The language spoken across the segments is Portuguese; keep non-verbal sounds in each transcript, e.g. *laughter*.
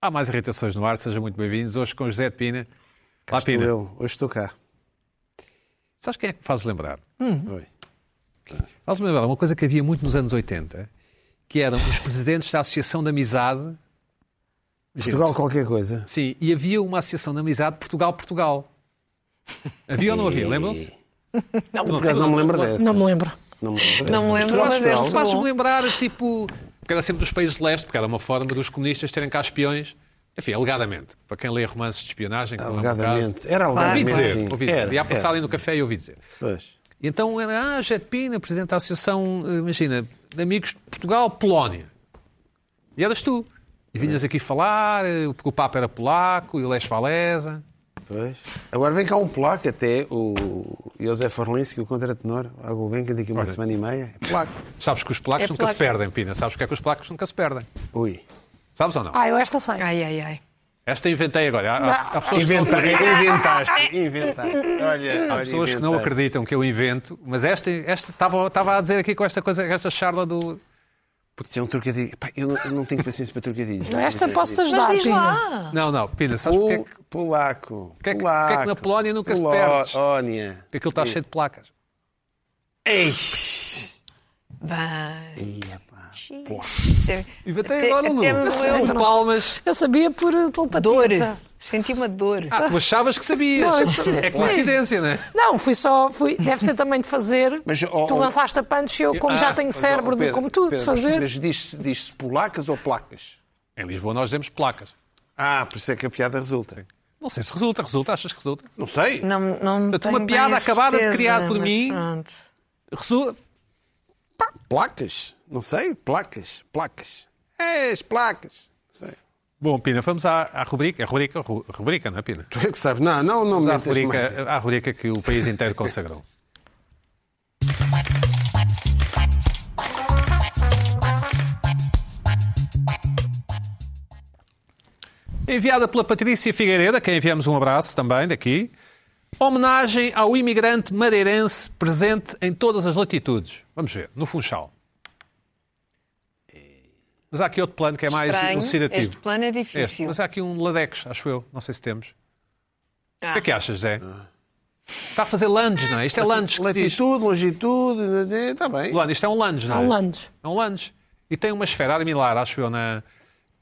Há mais irritações no ar, sejam muito bem-vindos. Hoje com José de Pina. Cá estou eu, hoje estou cá. Sabes quem é que me fazes lembrar? Oi. Fazes-me lembrar uma coisa que havia muito nos anos 80, que eram os presidentes da Associação de Amizade. Imagina, Portugal qualquer coisa. Sim, e havia uma Associação de Amizade Portugal-Portugal. Havia ou não havia? Lembram-se? Não, por acaso não me lembro dessa. Não me lembro. Não me lembro Não dessa. me lembro, Portugal, mas és Portugal. Tu fazes-me lembrar, tipo, que era sempre dos países de leste, porque era uma forma dos comunistas terem cá espiões. Enfim, alegadamente. Para quem lê romances de espionagem, que não é o meu caso. Alegadamente. Era Ouvi alegadamente, dizer, sim. ouvi dizer. Era, Ia a passar era. ali no café e ouvi dizer. Pois. E Então era, ah, Jet Pina, presidente da Associação, eh, imagina, de Amigos de Portugal-Polónia. E eras tu. E vinhas aqui falar, eh, porque o Papa era polaco, e o Leste Valesa. Pois. Agora vem cá um polaco até, o José Orlinski, o contratenor, à Gulbenkian, daqui a uma semana e meia. É polaco. Sabes que os polacos É nunca se polaco. perdem, Pina. Sabes porque é que os polacos nunca se perdem. Ui. Sabes ou não? Ah, eu esta sei. Ai, ai, ai. Esta inventei agora. Há, há- há pessoas, que não, Inventa- inventaste, inventaste. Olha, há olha, pessoas que não inventaste. acreditam que eu invento, mas esta esta estava estava a dizer aqui com esta coisa, esta charla do. Isso é um trocadilho. Pá, eu, não, eu não tenho paciência para trocadilhos. Não, Esta posso Mas ajudar, diz Pina. lá. Não, não, Pina, sabes porque é Pol, que polaco. que é que- polaco. que é que na Polónia nunca se perde? é Polónia. aquilo está cheio de placas? Bem. Ia, pá. Inventei Até- agora, Lu. até me doeu. Aceito palmas. Eu sabia por eh, pelo Dor. Senti uma dor. Ah, tu achavas que sabias. Não, eu sabia. é coincidência, não é? Não, fui só. Fui, deve ser também de fazer. Mas, oh, tu oh, lançaste a punch e eu, como Ah, já tenho mas, cérebro, de- Pedro, como tu, Pedro, de fazer. Mas diz-se diz-se polacas ou placas? Em Lisboa nós dizemos placas. Ah, por isso é que a piada resulta. Não sei se resulta, resulta, achas que resulta? Não sei. Não, não Portanto, uma tenho bem piada a acabada de certeza, criar por mas mim. Pronto. Resulta. Pá, placas? Não sei. Placas. Placas. É, as placas. Não sei. Bom, Pina, vamos à, à rubrica. É rubrica, ru- rubrica, não é, Pina? Tu é que sabes. Não, não, não me Vamos à metas mais. rubrica, à rubrica que o país inteiro consagrou. Enviada pela Patrícia Figueiredo, a quem enviamos um abraço também daqui. Homenagem ao imigrante madeirense presente em todas as latitudes. Vamos ver, no Funchal. Mas há aqui outro plano que é mais Estranho. elucidativo. Este plano é Este, difícil. mas há aqui um Ladex, acho eu. Não sei se temos. O que é Ah, que achas, Zé? Está a fazer lunge, não é? Isto é lunge que se diz. Latitude, longitude, está bem. Luana, isto é um lunge, não é? Há um lunge. É um lunge. E tem uma esfera similar, acho eu, na...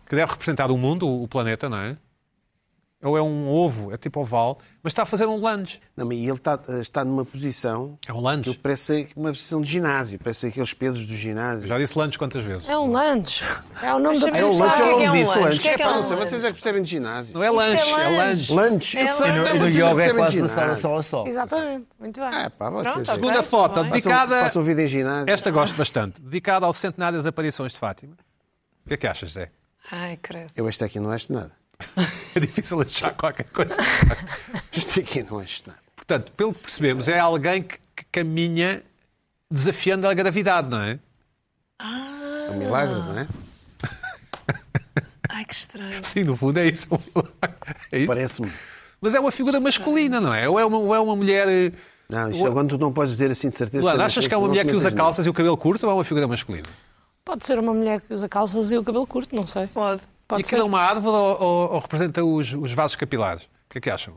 que deve representar o mundo, o planeta, não é? Ou é um ovo, é tipo oval, mas está a fazer um lunge. Não, mas ele está, está numa posição É um que lunge. parece uma posição de ginásio. Parece aqueles pesos do ginásio. Já disse lunge quantas vezes? É um lanche. É o nome da Mas É o Vocês posição. lanche, sabem eu o que é não um disse lanche? lanche. O que é que é Epá, um não sei, lanche? vocês é que percebem de ginásio. Não é lunge, é é lunge. lunge. Lanche, eu É sei, não, lanche. E E no vocês é que yoga é percebem de quase começar a ginásio. sol a é. sol. Exatamente. Muito bem. Ah, pá, vocês Pronto, é que- ok. Segunda foto, Está bem. dedicada. Passa um vídeo em ginásio. Esta gosto bastante. Dedicada ao centenário das aparições de Fátima. O que é que achas, Zé? Ai, credo. Eu este aqui não acho nada. É difícil achar qualquer coisa. Este aqui não acho nada. Portanto, pelo que percebemos, é alguém que, que caminha desafiando a gravidade, não é? É Ah, um milagre, não é? Ai, que estranho. Sim, no fundo é isso. É isso. Parece-me. Mas é uma figura masculina, não é? Ou é uma, ou é uma mulher. eh, Não, isto agora tu não podes dizer assim de certeza. Luana, sabes achas bem que é uma não mulher que usa comentas nada. calças e o cabelo curto ou é uma figura masculina? Pode ser uma mulher que usa calças e o cabelo curto, não sei. Pode. E Pode ser. aquilo é um uma árvore ou, ou- ou representa os, os vasos capilares? O que é que acham?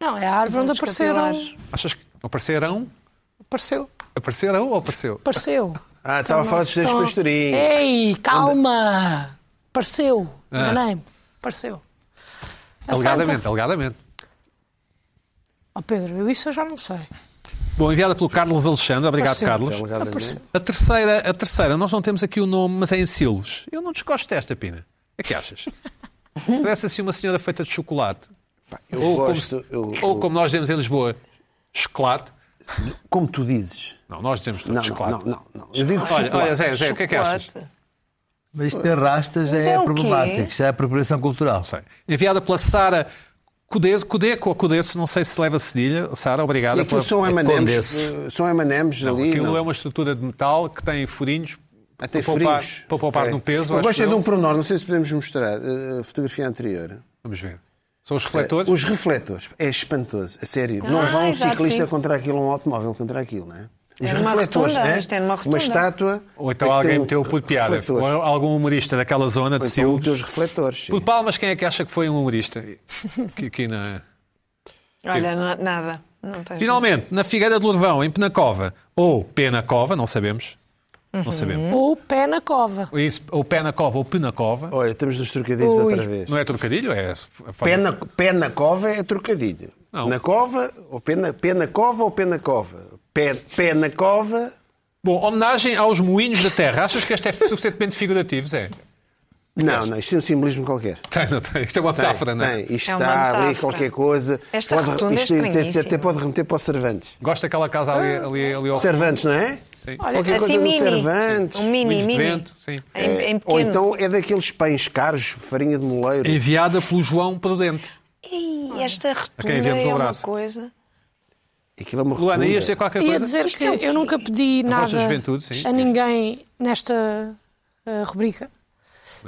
Não, é a árvore onde Os apareceram. capilares. Achas que aparecerão? Apareceu. Apareceram ou apareceu? Apareceu. Ah, estava a falar dos teus pastorinhos. É. Ei, calma! Pareceu. Enganei-me. Pareceu. A Ah. alegadamente, Santa... alegadamente. Oh, Pedro, eu isso eu já não sei. Bom, enviada pelo Carlos Alexandre. Obrigado, Apareceu. é Carlos. Alegadamente. A terceira, a terceira, nós não temos aqui o nome, mas é em Silves. Eu não desgosto desta, Pina. O que é que *laughs* achas? Parece assim uma senhora feita de chocolate. Pá, Eu Ou como- gosto. eu- Ou como nós dizemos em Lisboa, chocolate. Como tu dizes. Não, nós dizemos tudo Não, chocolate. não, não, não. Eu digo Olha, olha, Zé, Zé, o que é que achas? Chocolate. Mas isto ter rastas já Mas é, é o quê? problemático, já é apropriação cultural. Não sei. Enviada pela Sara Cudeco, Cudeco ou Cudeco, não sei se leva cedilha. Sara, E obrigada. aquilo são Condesse. M&M's. eh, São M&M's Não, ali. aquilo não. é uma estrutura de metal que tem furinhos Até para poupar, frios. para poupar Ok. no peso. Eu acho gosto Ah, é eu. de um pronor, não sei se podemos mostrar eh, a fotografia anterior. Vamos ver. São os refletores. Os refletores. É espantoso, a sério. Não Ah, vá um já ciclista vi. contra aquilo, um automóvel contra aquilo, não é? Os Era uma refletores, rotunda, é? isto era uma rotunda. estátua. Ou então é que alguém tem um- meteu por piada. refletores. Ou Ou algum humorista daquela zona de Então, Silves. meteu os refletores. sim. Por palmas, quem é que acha que foi um humorista? *laughs* Que, que na- Olha, na- nada. Não tens Finalmente, na Figueira de Lourvão, em Penacova, ou Penacova, não sabemos. Uhum. Não sabemos. Ou pé na cova. Ou isso- Ou Penacova ou Penacova. Olha, estamos nos trocadilhos outra vez. Não é trocadilho? É a forma- Pé na, pé na cova é trocadilho. Não. Na cova, ou pé na, pé na cova ou pé na cova? Pé, pé na cova, Bom, homenagem aos moinhos da terra. Achas que este é suficientemente figurativo, Zé? não, não, isto é um simbolismo qualquer. Tem, não tem. Isto é uma Tem, metáfora, não é? tem. Isto É uma está ali metáfora. qualquer coisa. Esta rotunda é isto até- até, estranhíssima. pode remeter para o Cervantes. Gosto daquela casa ali, Ah, ali, ali ao Cervantes, não é? Olha, Qualquer coisa assim, do mini. Cervantes. Um mini, Moinhos de mini. vento, sim. Em, em pequeno. Ou então é daqueles pães caros, farinha de moleiro. Enviada pelo João Prudente. Ei, esta rotunda enviamos um é uma abraço. coisa... Aquilo é uma Luana, rotunda. ias dizer qualquer Ia coisa? dizer Isto que é o quê? eu nunca pedi vossa nada juventude, sim. a ninguém nesta ah, rubrica.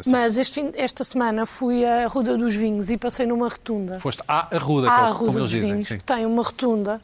Mas este fim- esta semana fui à Ruda dos Vinhos e passei numa rotunda. Foste à Arruda, à como- Ruda como eles dos dizem. Vinhos, Sim. que tem uma rotunda,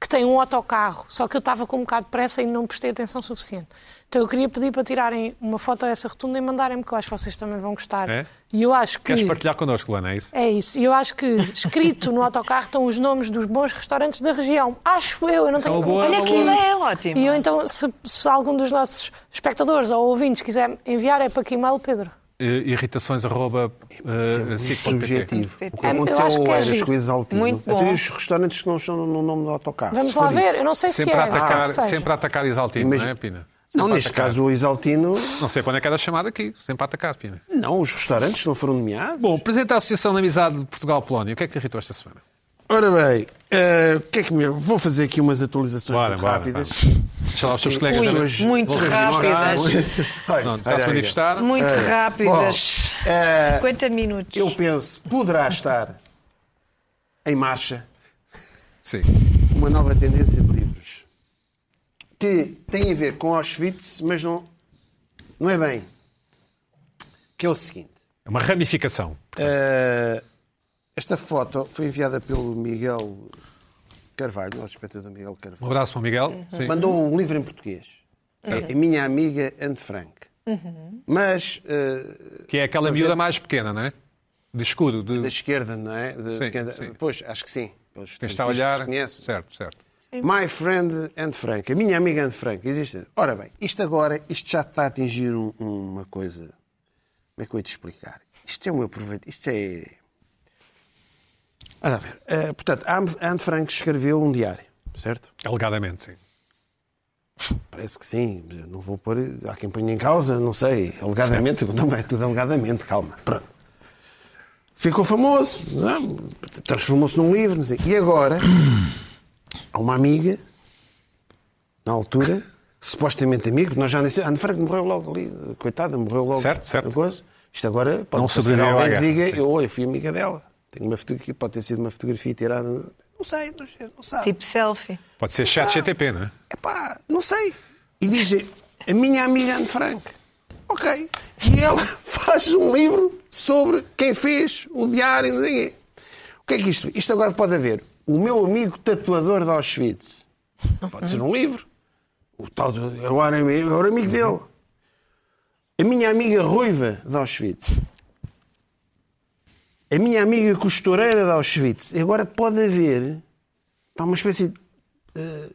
que tem um autocarro, só que eu estava com um bocado de pressa e não prestei atenção suficiente. Então eu queria pedir para tirarem uma foto a essa rotunda e mandarem-me, que eu acho que vocês também vão gostar. É? E eu acho que. Queres partilhar connosco, Luana, é isso? É isso. E eu acho que escrito no autocarro estão os nomes dos bons restaurantes da região. Acho eu, eu não é tenho uma boa- Olha Uma que boa- ideia E eu ótima. então, se, se algum dos nossos espectadores ou ouvintes quiser enviar, é para que e-mail, Pedro? Eh, irritações arroba Isso é eh, muito sic.pt. subjetivo. O que É, eu acho aconteceu que é hoje, as giro. coisas altivas. Muito bom. Até os restaurantes que não estão no nome do autocarro. Vamos se lá for ver, isso. eu não sei Sempre se a é. atacar, que seja. sempre a atacar exaltino, Imagina- não é, Pina? Não, Sempre a neste atacar. caso o Isaltino, Não sei quando é que era chamado aqui, sempre a atacar, Pina. não, os restaurantes não foram nomeados. Bom, Presidente da Associação de Amizade de Portugal-Polónia, o que é que te irritou esta semana? Ora bem, eh, o que é que me... vou fazer aqui umas atualizações Bora, muito bora, rápidas. Deixa lá os seus colegas As também. pessoas- Muito vão rápidas. Olha, Pronto, já olha, se olha. manifestaram. Muito Olha, rápidas. bom, eh, 50 minutos. Eu penso, poderá estar em marcha Sim. uma nova tendência de livros que tem a ver com Auschwitz, mas não, não é bem. Que é o seguinte. É uma ramificação. eh, esta foto foi enviada pelo Miguel Carvalho, nosso espectador Miguel Carvalho. Um abraço para o Uhum. Miguel. Sim. Mandou um livro em português. É A Minha Amiga Anne Frank. Mas eh, Que é aquela miúda mais pequena, não é? De escuro. De... da esquerda, não é? De- Sim, quer dizer, sim. Pois, acho que sim. Pelos Quem está a perfis que se olhar. conhece. Certo, certo. My friend Anne Frank. A minha amiga Anne Frank. Existe. Ora bem, isto agora, isto já está a atingir um- uma coisa. Como é que eu ia te explicar? Isto é um aproveito. Isto é. Ora bem, eh, portanto, a Anne- Anne Frank escreveu um diário, certo? Alegadamente, sim. Parece que sim. Eu Não vou pôr. Há quem ponha em causa, não sei. Alegadamente, não é tudo alegadamente, calma. Pronto. Ficou famoso, não é? transformou-se num livro. não sei. E agora, há uma amiga, na altura, supostamente amiga, porque nós já dissemos. Anne Frank morreu logo ali, coitada, morreu logo. Certo, certo. na Coisa. Isto agora pode Não ser sobreviveu à alguém que guerra, diga: sim. eu, olha, fui amiga dela. Tenho uma fotografia, pode ter sido uma fotografia tirada. Não sei, não, sei, não sabe. Tipo selfie. Pode ser chat GTP, não é? Epá, não sei. E dizem, a minha amiga Anne Frank. Ok. E ela *laughs* faz um livro sobre quem fez o diário. não sei o quê. O que é que isto? Isto agora pode haver. O meu amigo tatuador de Auschwitz. Pode ser um livro. O tal do- eu era amigo, eu era amigo dele. A minha amiga ruiva de Auschwitz. A minha amiga costureira de Auschwitz. E Agora pode haver pá, uma espécie de eh,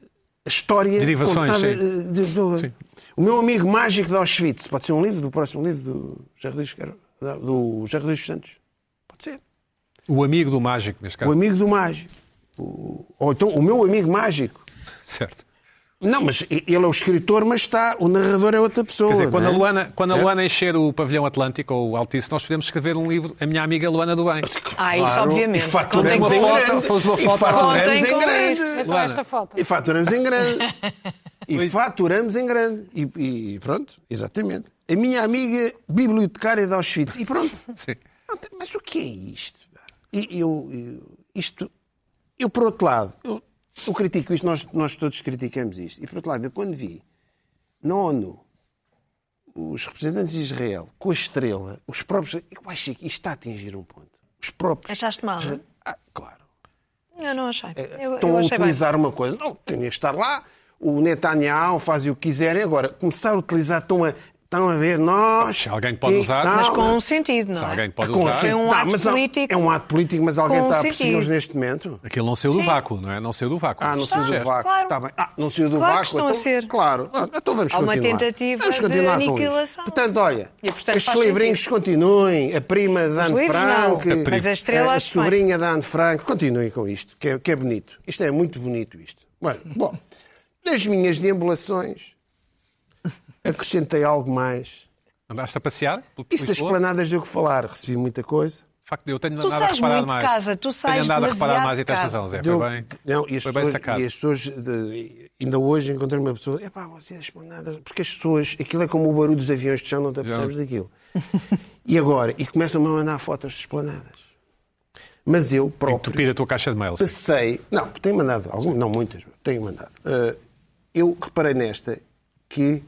história Derivações, contada, sim. eh, de- de- O meu amigo mágico de Auschwitz. Pode ser um livro do próximo livro do Jair Luís Queiro- do Jair Luís Santos. Pode ser. O amigo do mágico, neste O caso. amigo do mágico. O- Ou então o meu amigo mágico. *laughs* Certo. Não, mas ele é o escritor, mas está. O narrador é outra pessoa. Quer dizer, quando, não a é? Luana, quando a Certo? Luana encher o pavilhão Atlântico ou o Altice, nós podemos escrever um livro, A Minha Amiga Luana do Bem. Ah, isso obviamente. E Contem faturamos Pôs com em uma isso. foto, pôs uma grande. foto. E faturamos Contem em com grande. isso. Então Luana. esta foto. E faturamos em grande. E faturamos em grande. E, e pronto, exatamente. A minha amiga bibliotecária de Auschwitz. E pronto. Sim. Não tem- Mas o que é isto? E eu, eu- isto, eu por outro lado, eu, eu critico isto, nós, nós todos criticamos isto. E por outro lado, eu quando vi na ONU os representantes de Israel com a estrela, os próprios. Eu acho que isto está a atingir um ponto. Os próprios. Achaste mal? Ah, claro. Eu não achei. Eu, Estão eu É, a achei bem. utilizar uma coisa. Não, tinha que estar lá. o Netanyahu, fazem o que quiserem. Agora, começar a utilizar, estão a, estão a ver, nós... Se alguém pode usar, tal, mas Mas com um sentido, Se não alguém é? pode Ah, com usar. Foi um Tá, ato mas há- político. É um ato político, mas alguém Com está a sentido. persegui-los neste momento? Aquilo não saiu do vácuo, não é? Não saiu do vácuo. Ah, não saiu do Certo. vácuo. claro. Tá bem. Ah, não saiu do Claro que vácuo. estão a então, ser. Claro. Ah, Então vamos Há uma continuar. tentativa vamos de continuar com isto. aniquilação. Portanto, olha, E, portanto, estes faz livrinhos continuem. A prima de Anne livros não, Frank. a prima. Mas as estrelas A sobrinha de Anne Frank. Continuem com isto, que é, que é bonito. Isto é muito bonito, isto. Bom, bom, das minhas deambulações, acrescentei algo mais. Andaste a passear? pelo- Isto das Lisboa? planadas deu que falar. Recebi muita coisa. De facto, eu tenho Tu andado a sais reparar muito de mais. casa, tu sais Tenho andado a reparar demasiado mais e de tens casa. razão, Zé. Deu- Foi bem, não, e as foi bem pessoas, sacado. e as pessoas, de- ainda hoje encontrei uma pessoa, epá, vocês esplanadas, porque as pessoas, aquilo é como o barulho dos aviões de chão, não te apercebes daquilo. e agora, e começam-me a mandar fotos de esplanadas. Mas eu próprio Entupir a tua caixa de mails. passei, não, tenho mandado, algumas, não muitas, tenho mandado. Ah, eu reparei nesta que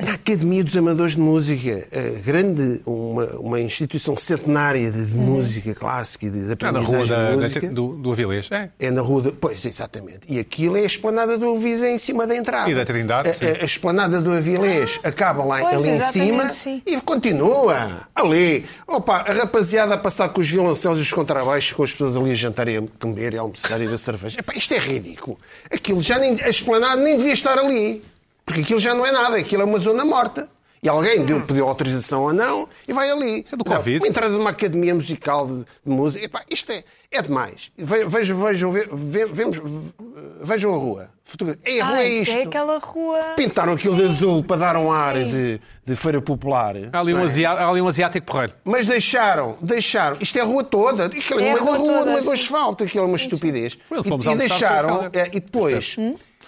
na Academia dos Amadores de Música, a grande, uma, uma instituição centenária de, de música clássica e de, de Já Uhum. na rua aprendizagem da, da, de música. do, do Avilés. É. É na rua. do- Pois, exatamente. E aquilo é a esplanada do Avilés é em cima da entrada. E da Trindade, sim. A, a esplanada do Avilés acaba lá, Ah, Pois, ali em exatamente, cima sim. e continua ali. Opa, a rapaziada a passar com os violoncelos e os contrabaixos, com as pessoas ali a jantar e a comer e a almoçar e a ver cerveja. Epá, isto é ridículo. Aquilo já nem. A esplanada nem devia estar ali. Porque aquilo já não é nada. Aquilo é uma zona morta. E alguém deu, pediu autorização ou não e vai ali. é do Não, Covid. uma entrada numa academia musical de, de música. Epá, isto é, é demais. Ve- Vejo, vejam, ve- ve- vemos, ve- vejam a rua. Fotogra- É, a rua Ah, é isto isto. é aquela rua. Pintaram aquilo de azul para dar um ar de, de feira popular. é? Há, ali um asia- há ali um asiático porreiro. Mas deixaram, deixaram. Isto é a rua toda. Aquilo é, É no meio a da rua rua, toda, no meio do sim. asfalto. Aquilo é uma estupidez. Well, fomos E, e almoçar com deixaram. o Fidel. é, e depois.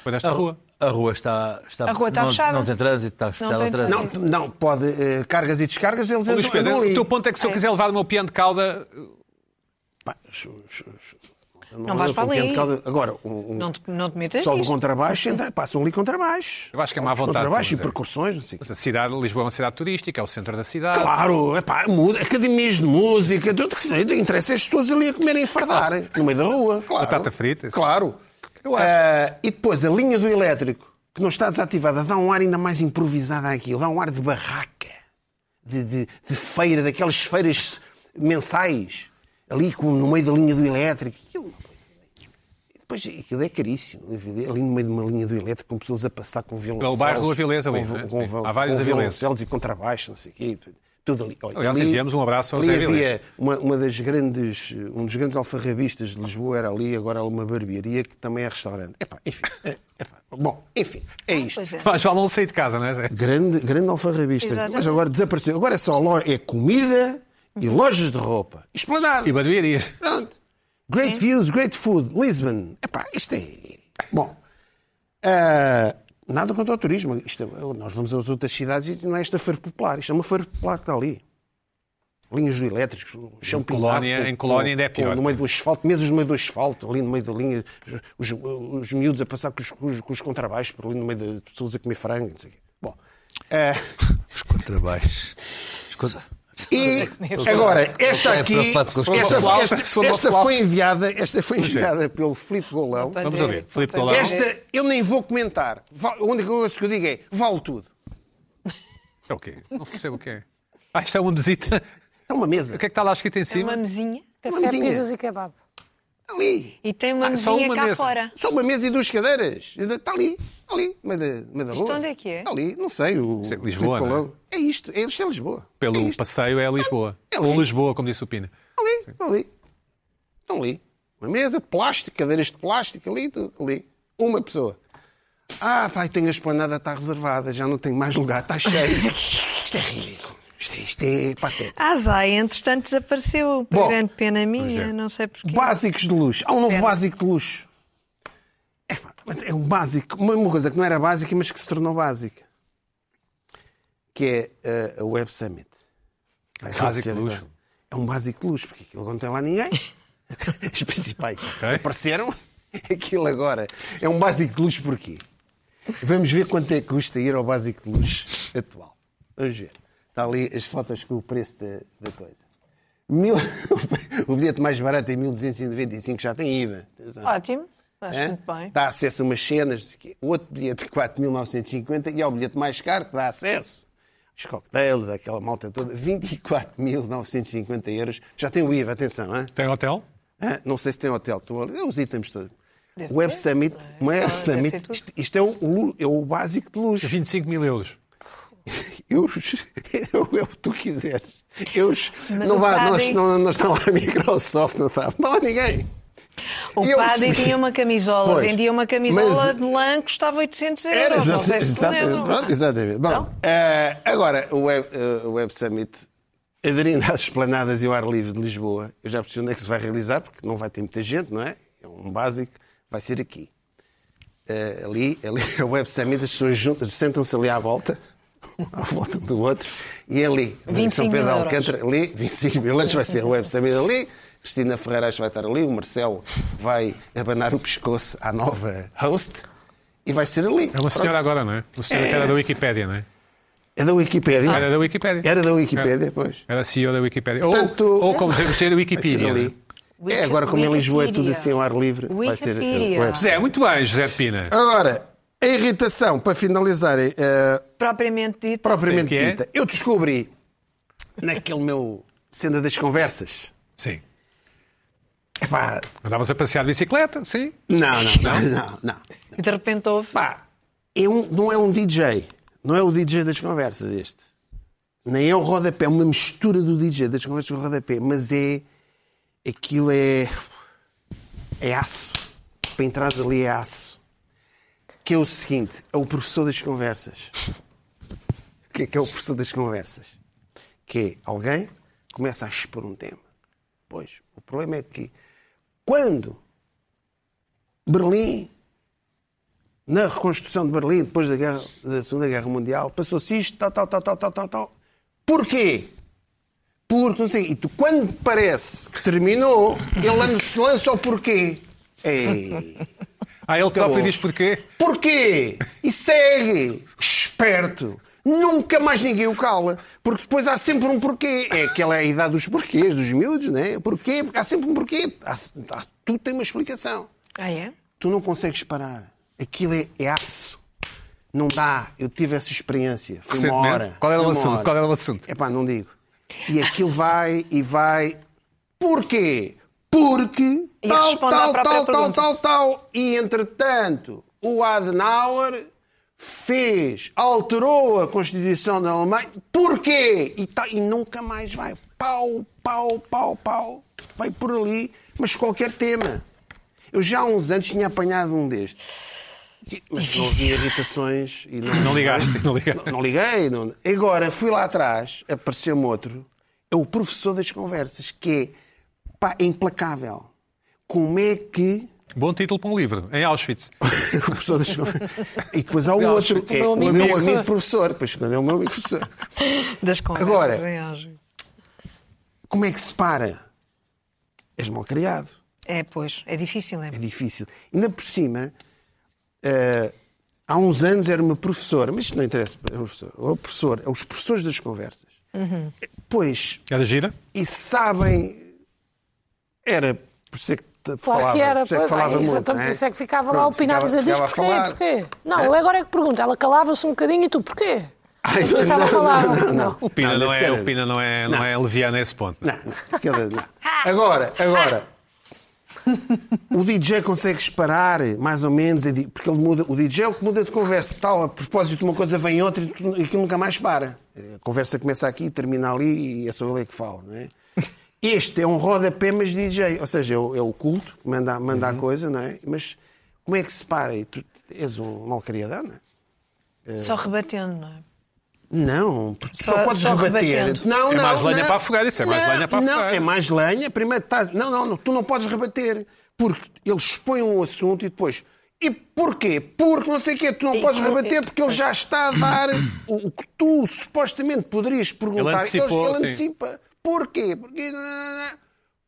Foi desta rua. A rua está, está, A rua está não, fechada. Não tem trânsito, está fechada tem ao trânsito. Não, não, pode. eh, cargas e descargas, eles Ô, Luís andam, Pedro, andam ali. o teu ponto é que se eu quiser levar o meu piano de cauda, Pá, su- su- su- Não vais andam para com quente ali. É caldo. Agora, um- um, Não te, não te metas Pessoal do nisto. contrabaixo, entra- passam ali contrabaixo. Eu acho que é má Os vontade, vamos Contrabaixo e dizer. percussões, não sei o quê. a cidade de Lisboa é uma cidade turística, é o centro da cidade. Claro, epá, mu- academias de música, tudo que se- interessa é as pessoas ali a comerem e fardar, no meio da rua, claro. Batata frita, isso. Claro. Eu acho. Ah, e depois a linha do elétrico, que não está desativada, dá um ar ainda mais improvisado àquilo, dá um ar de barraca, de, de- de feira, daquelas feiras mensais, ali com- no meio da linha do elétrico. Aquilo, e depois aquilo é caríssimo. Ali no meio de uma linha do elétrico, com pessoas a passar com violoncelos. bairro do Avilés ali, com, vo- né? com Sim. vo- Há vários com Avilés. violoncelos e contrabaixo, não sei o quê. tudo- Tudo ali. Olha, Aliás, ali- enviamos um abraço ao ali Zé Avilés. havia uma, uma das grandes, um dos grandes alfarrabistas de Lisboa era ali, agora há uma barbearia que também é restaurante. Epá, enfim. é- epá. Bom, enfim, é isto. Pois é. Mas vale não sair de casa, não é, Zé? Grande, grande alfarrabista. Exatamente. Mas agora desapareceu. Agora é só lo- é comida e lojas de roupa. Esplanada. E barbearia. Pronto. Great views, great food, Lisbon. Epá, isto é. Bom. ah, nada contra o turismo. Isto é- nós vamos às outras cidades e não é esta feira popular. Isto é uma feira popular que está ali. Linhas do elétricos, o chão pintado Colónia- com- em Colónia com- ainda é com- pior. no meio do asfalto, mesas no meio do asfalto, ali no meio da linha, os, os miúdos a passar com os, com os- com os contrabaixos, por ali no meio de pessoas a comer frango, não sei o quê. Bom. ah, Os contrabaixos. Os contra- e agora, esta É aqui, preocupado com os esta, contrabaixos. esta- Se for uma esta flauta. foi enviada, esta foi enviada pelo Filipe Golão. Para Vamos ver, ouvir. Filipe é para Golão. ver. Esta eu nem vou comentar. Va- A única coisa que eu digo é vale tudo. É o quê? Não percebo o que é. Ah, isto é uma mesita. É uma *laughs* mesa. É O que é que está lá escrito em Uma cima? mesinha. Café, Mãozinha. pizzas e kebab. Ali. E tem uma Ah, só mesinha uma cá mesa. fora. Só uma mesa e duas cadeiras. Está ali. Ali. no Meio da, no meio da rua. onde é que é? Está ali. Não sei. O Isso é Lisboa, Filipe não é? Golão. É isto. É, isto é Lisboa. é Pelo isto. passeio é Lisboa. É ali. Ou Lisboa, como disse o Pina. Ali. Ali. Estão ali. Uma mesa de plástico, cadeiras de plástico ali. Tudo. Ali. Uma pessoa. Ah, pai, tenho a esplanada, está reservada, já não tenho mais lugar, está *laughs* cheio. Isto é ridículo. Isto é, isto é patético. A Zai, Ah, entretanto, desapareceu. Para Bom, grande pena minha, projeto. não sei porquê. Básicos de luxo. Há um novo básico de luxo. É, pá, mas é um básico. Uma, uma coisa que não era básica, mas que se tornou básica. Que é uh, a Web Summit. Vai Básico acontecer de luxo. agora. É um básico de luxo, porque aquilo não tem lá ninguém. *laughs* Os principais desapareceram. *laughs* Aquilo agora é um básico de luxo porquê? Vamos ver quanto é que custa ir ao básico de luxo atual. Vamos ver. Está ali as fotos com o preço da, da coisa. *laughs* Mil- O bilhete mais barato é Tá. 1295, já tem IVA. Atenção. Ótimo. Acho Hã? muito bem. Dá acesso a umas cenas. não sei o quê. O outro bilhete de 4.950 e ao bilhete mais caro que dá acesso. Os cocktails, aquela malta toda. 24.950 euros. Já tem o IVA, atenção. Hein? Tem hotel? Ah, não sei se tem hotel, estou a ler os itens todos. Deve O Web ter, Summit, não é? uma Web Deve ter Summit, tudo. isto, isto é, o, lu- é o básico de luxo. 25 mil euros. *laughs* Euros, é o que tu quiseres. Euros, Mas um não o vá, Paddy- nós, não, nós não há Microsoft, não está, não há ninguém. O Eu padre recebi- tinha uma camisola, Pois, vendia uma camisola mas- de lã que custava 800 euros. Era, né? não é sei exatamente. se te lembras. Pronto, exatamente. Bom, eh, agora, o Web, eh, o Web Summit, aderindo *laughs* às esplanadas e ao ar livre de Lisboa, eu já percebi onde é que se vai realizar, porque não vai ter muita gente, não é? É um básico, vai ser aqui. Eh, ali, ali *laughs* é o Web Summit, as pessoas juntas- sentam-se ali à volta, *laughs* à volta um do outro, e é ali, em 25 São Pedro mil de euros. Alcântara, ali, *laughs* 25 mil anos vai ser o Web Summit ali, Cristina Ferreira acho que vai estar ali, o Marcelo vai abanar o pescoço à nova host, e vai ser ali. É uma senhora agora, não é? Uma senhora que era da Wikipédia, não é? É da Wikipédia. Era da Wikipédia. Era da Wikipédia, pois. Era CEO da Wikipédia. Ou- Portanto, é. ou, como deve ser, Vai ser Wikipedia. ali. não Wiki- É, agora como em Lisboa é tudo Wikipedia. assim ao ar livre, vai ser uh, Wikipedia. é? web. Zé, muito bem, José de Pina. Agora, a irritação, para finalizar, eh, Propriamente dito. propriamente Sim, que é? dita, eu descobri naquele meu cena das conversas. Sim. Epá, Andavas a passear de bicicleta, sim. não, não, não, não, não. E de repente houve. Pá, é um- não é um DJ. Não é o DJ das conversas este. Nem é o rodapé, é uma mistura do DJ das conversas com o rodapé. Mas é. Aquilo é. É aço. Para entrar ali é aço. Que é o seguinte: é o professor das conversas. O que é que é o professor das conversas? Que é alguém começa a expor um tema. Pois, o problema é que quando Berlim na reconstrução de Berlim, depois da, guerra- da Segunda Guerra Mundial, passou-se isto, tal, tal, tal, tal, tal, tal, tal. Porquê? Porque, não sei, e tu, quando parece que terminou, ele lan- se lança o porquê. Ei, Ah, ele próprio Acabou. diz porquê. porquê? E segue, esperto. Nunca mais ninguém o cala, porque depois há sempre um porquê. É aquela é a idade dos porquês, dos miúdos, não é? Porquê? Porque há sempre um porquê. Há, há- tudo tem uma explicação Ah, é? tu não consegues parar. Aquilo é, é aço. Não dá. Eu tive essa experiência. Foi uma Recentemente? hora. Qual era o Foi uma assunto? hora. Qual era o assunto? Epá, não digo. E aquilo vai e vai. Porquê? Porque E tal, responde à tal, própria tal, tal, pergunta. tal, tal. E entretanto, o Adenauer fez, alterou a Constituição da Alemanha. Porquê? E, tal, e nunca mais vai. Pau, pau, pau, pau. Vai por ali, mas qualquer tema. Eu já há uns anos tinha apanhado um destes. Mas não havia irritações e não, Não ligaste, não ligaste. não, não liguei. não- Agora, fui lá atrás, apareceu-me outro. É o professor das conversas, que é, pá, é implacável. Como é que. *laughs* Bom título para um livro, em Auschwitz. o professor das conversas. E depois há o outro. É Meu o amigo meu professor. amigo professor. Pois quando é o meu amigo professor. Das conversas Agora- em Auschwitz. Como é que se para? És mal criado. É, pois. É difícil, é? É difícil. Ainda por cima, eh, há uns anos era uma professora, mas isto não interessa, é uma professora, ou professor, é os professores das conversas. Uhum. Pois, Era gira? e sabem, era por ser que te Claro falava, que era, por ser que pois, falava ah, isso, muito, então, não é? por isso é que ficava lá a Pronto, opinar, dizer, diz ficava- porquê, ficava a porquê. Não, eu agora é que pergunto, ela calava-se um bocadinho e tu porquê? Ai, Eu pensava não, falar. não, não, não. O Pina Não, não, nem é, sequer. o Pina não é, não. é leviano a esse ponto. Não, não, aquela- não. Agora, agora. O DJ consegues parar, mais ou menos, e di- porque ele muda, o DJ é o que muda de conversa. Tal, a propósito, uma coisa vem outra e tu- e aquilo nunca mais para. A conversa começa aqui, termina ali e é só ele é que fala. Não é? Este é um rodapé, mas DJ. Ou seja, é o, é o culto que manda, manda a coisa, não é? Mas como é que se para? E tu és um malcriadão, não é? Só rebatendo, não é? Não, porque só, Só- podes só rebater. rebatendo. Não, É não, mais lenha não. para afogar, isso é mais Não, lenha para não, afogar. É mais lenha, primeiro estás. Não, não, não, tu não podes rebater. Porque ele expõe um assunto e depois. E porquê? Porque não sei o quê, tu não podes porquê? rebater porque ele já está a dar o o que tu supostamente poderias perguntar. antecipou, ele sim. antecipa. Porquê? Porquê? Não, não, não.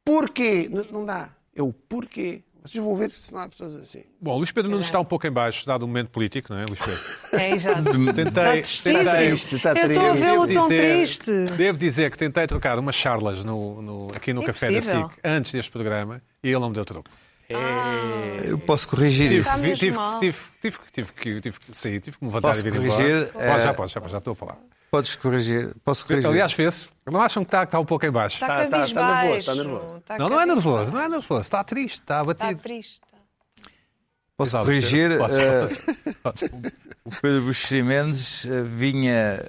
Porquê? Não, não dá. É o porquê. Vocês vão ver se não há pessoas assim. Bom, Luís Pedro Nunes está um pouco em baixo, dado o momento político, não é, Luís Pedro? É, exato. Está Tentei, triste. Está tentei, Tá triste, está Eu estou a triste. vê-lo Devo tão dizer- triste. Devo dizer que tentei trocar umas charlas no, no- aqui no café da É Impossível. SIC antes deste programa e ele não me deu troco. Eu posso corrigir Tive- isso. Está Tive, mesmo tive, mal. tive, tive, que- tive, que- tive que sair, tive que me levantar Posso e vir corrigir, embora. Pode, eh, já, pode, já, pode, já estou a falar. Podes corrigir. Posso corrigir. Aliás, fez. Não acham que está, que está um pouco em baixo? Está Tá, tá, tá cabisbaixo. nervoso, está nervoso. Está não, não é cabisbaixo. nervoso, não é nervoso. Está triste, está Está abatido. um tá triste. posso Exato. corrigir. Podes, eh, podes. o Pedro Buxeri Mendes eh, vinha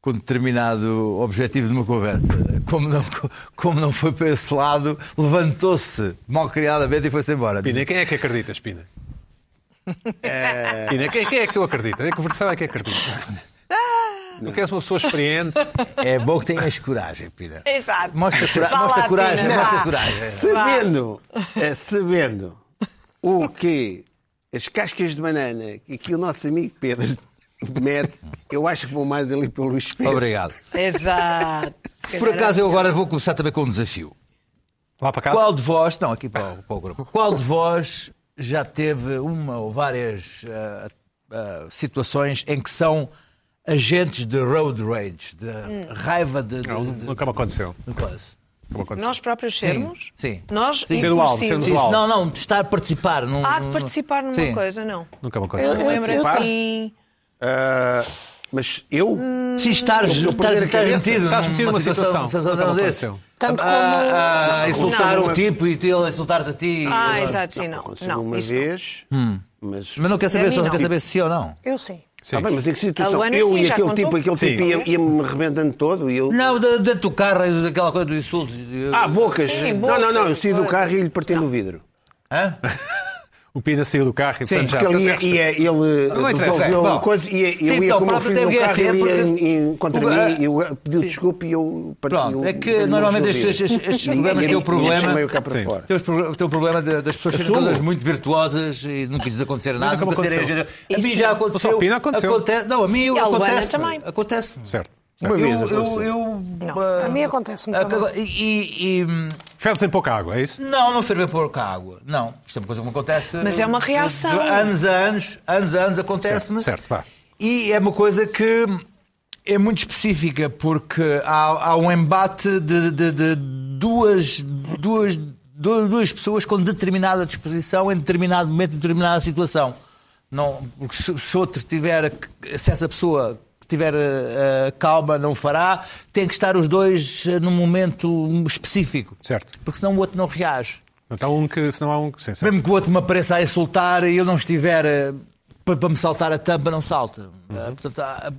com determinado objetivo de uma conversa. Como não, como não foi para esse lado, levantou-se mal criadamente e foi-se embora. Pina, Disse- quem é que acredita, Pina? Eh. Pina, quem, quem é que tu acredita? A conversão é que *laughs* acredita. Tu queres uma pessoa experiente, É bom que tenhas coragem, Pina. Exato. Mostra, cora- É. Vá lá, mostra coragem, Pina, mostra vá. coragem. Sabendo, eh, sabendo o que as cascas de banana e que o nosso amigo Pedro mete, eu acho que vou mais ali pelo Luís Pedro. Obrigado. *laughs* Exato. Se Por calhar acaso eu agora vou começar também com um desafio. lá para casa, Qual de vós, não, aqui para o, para o grupo, qual de vós já teve uma ou várias ah, ah, situações em que são agentes de road rage, de raiva de. de, Não, de- nunca me aconteceu. de coisa? Nunca me aconteceu. Nós próprios sermos? sim. Nós Sim. Ser o alvo, enfurecemos. sermos o alvo. Não, não, de estar a participar. Num, Há Ah, de participar numa Sim. coisa, não. Nunca me Eu- aconteceu. eu- Lembra eu- assim. Ah, mas eu? Hum, Se estás, estou a estás, perder a estás cabeça. metido Estás metido numa situação. Nunca me desse. aconteceu. Tanto A- como- a- a insultar Não. o tipo e ele insultar-te a ti. Ah, exato, sim, não. Aconteceu Não, uma isso não. vez, mas... Mas não quer A saber, mim só não não. quer saber se sim ou não. Eu sim. Tá bem, mas em que A situação? Luana, Eu sim, e já aquele contou. tipo, aquele Sim. tipo ia- ia-me arrebentando todo e eu... Não, da- dentro do carro, daquela coisa do insulto. Ah, bocas! Sim, não, não, não, eu bocas, saí do bocas. carro e lhe parti no vidro. Hã? O Pina saiu do carro e, Sim, portanto, já... Porque ele, ia, ia- ele Não interessa. resolveu Bom, uma coisa e eu sim, ia então, com o meu próprio filho no deve carro, ser, ele ia porque- em- em- contra o- ah, a- mim, eu pediu desculpa e eu parti Pronto, é que normalmente estes- estes- estes problemas têm o problema- meio cá para Sim. fora. Tens o teu problema de- das pessoas serem Assumo. todas muito virtuosas e nunca lhes acontecer nada. Nunca Nunca me serem aconteceu. agentes- a mim é. já aconteceu. Só a Pina aconteceu. Acontece, não, a mim E a Luana acontece. também. Acontece. Certo. Uma vez eu, eu, aconteceu. eu, Não, é ah, a mim acontece-me ah, também. agora, E, e- e- Ferves em pouca água, é isso? não, não ferver pouca água. Não, isto é uma coisa que me acontece. Mas é uma reação. De anos a anos, anos a anos acontece-me. Certo, certo, vá. E é uma coisa que é muito específica, porque há, há um embate de, de- de duas, duas, duas, duas pessoas com determinada disposição em determinado momento, em determinada situação. Não, porque se, se outro tiver, se essa pessoa que tiver eh, calma não o fará, tem que estar os dois eh, num momento específico. Certo. Porque senão o outro não reage. Então há um que, se não há um que... Sim, certo. Mesmo que o outro me apareça a insultar e eu não estiver eh, pa- para me saltar a tampa, não salta. Eh, Portanto, há-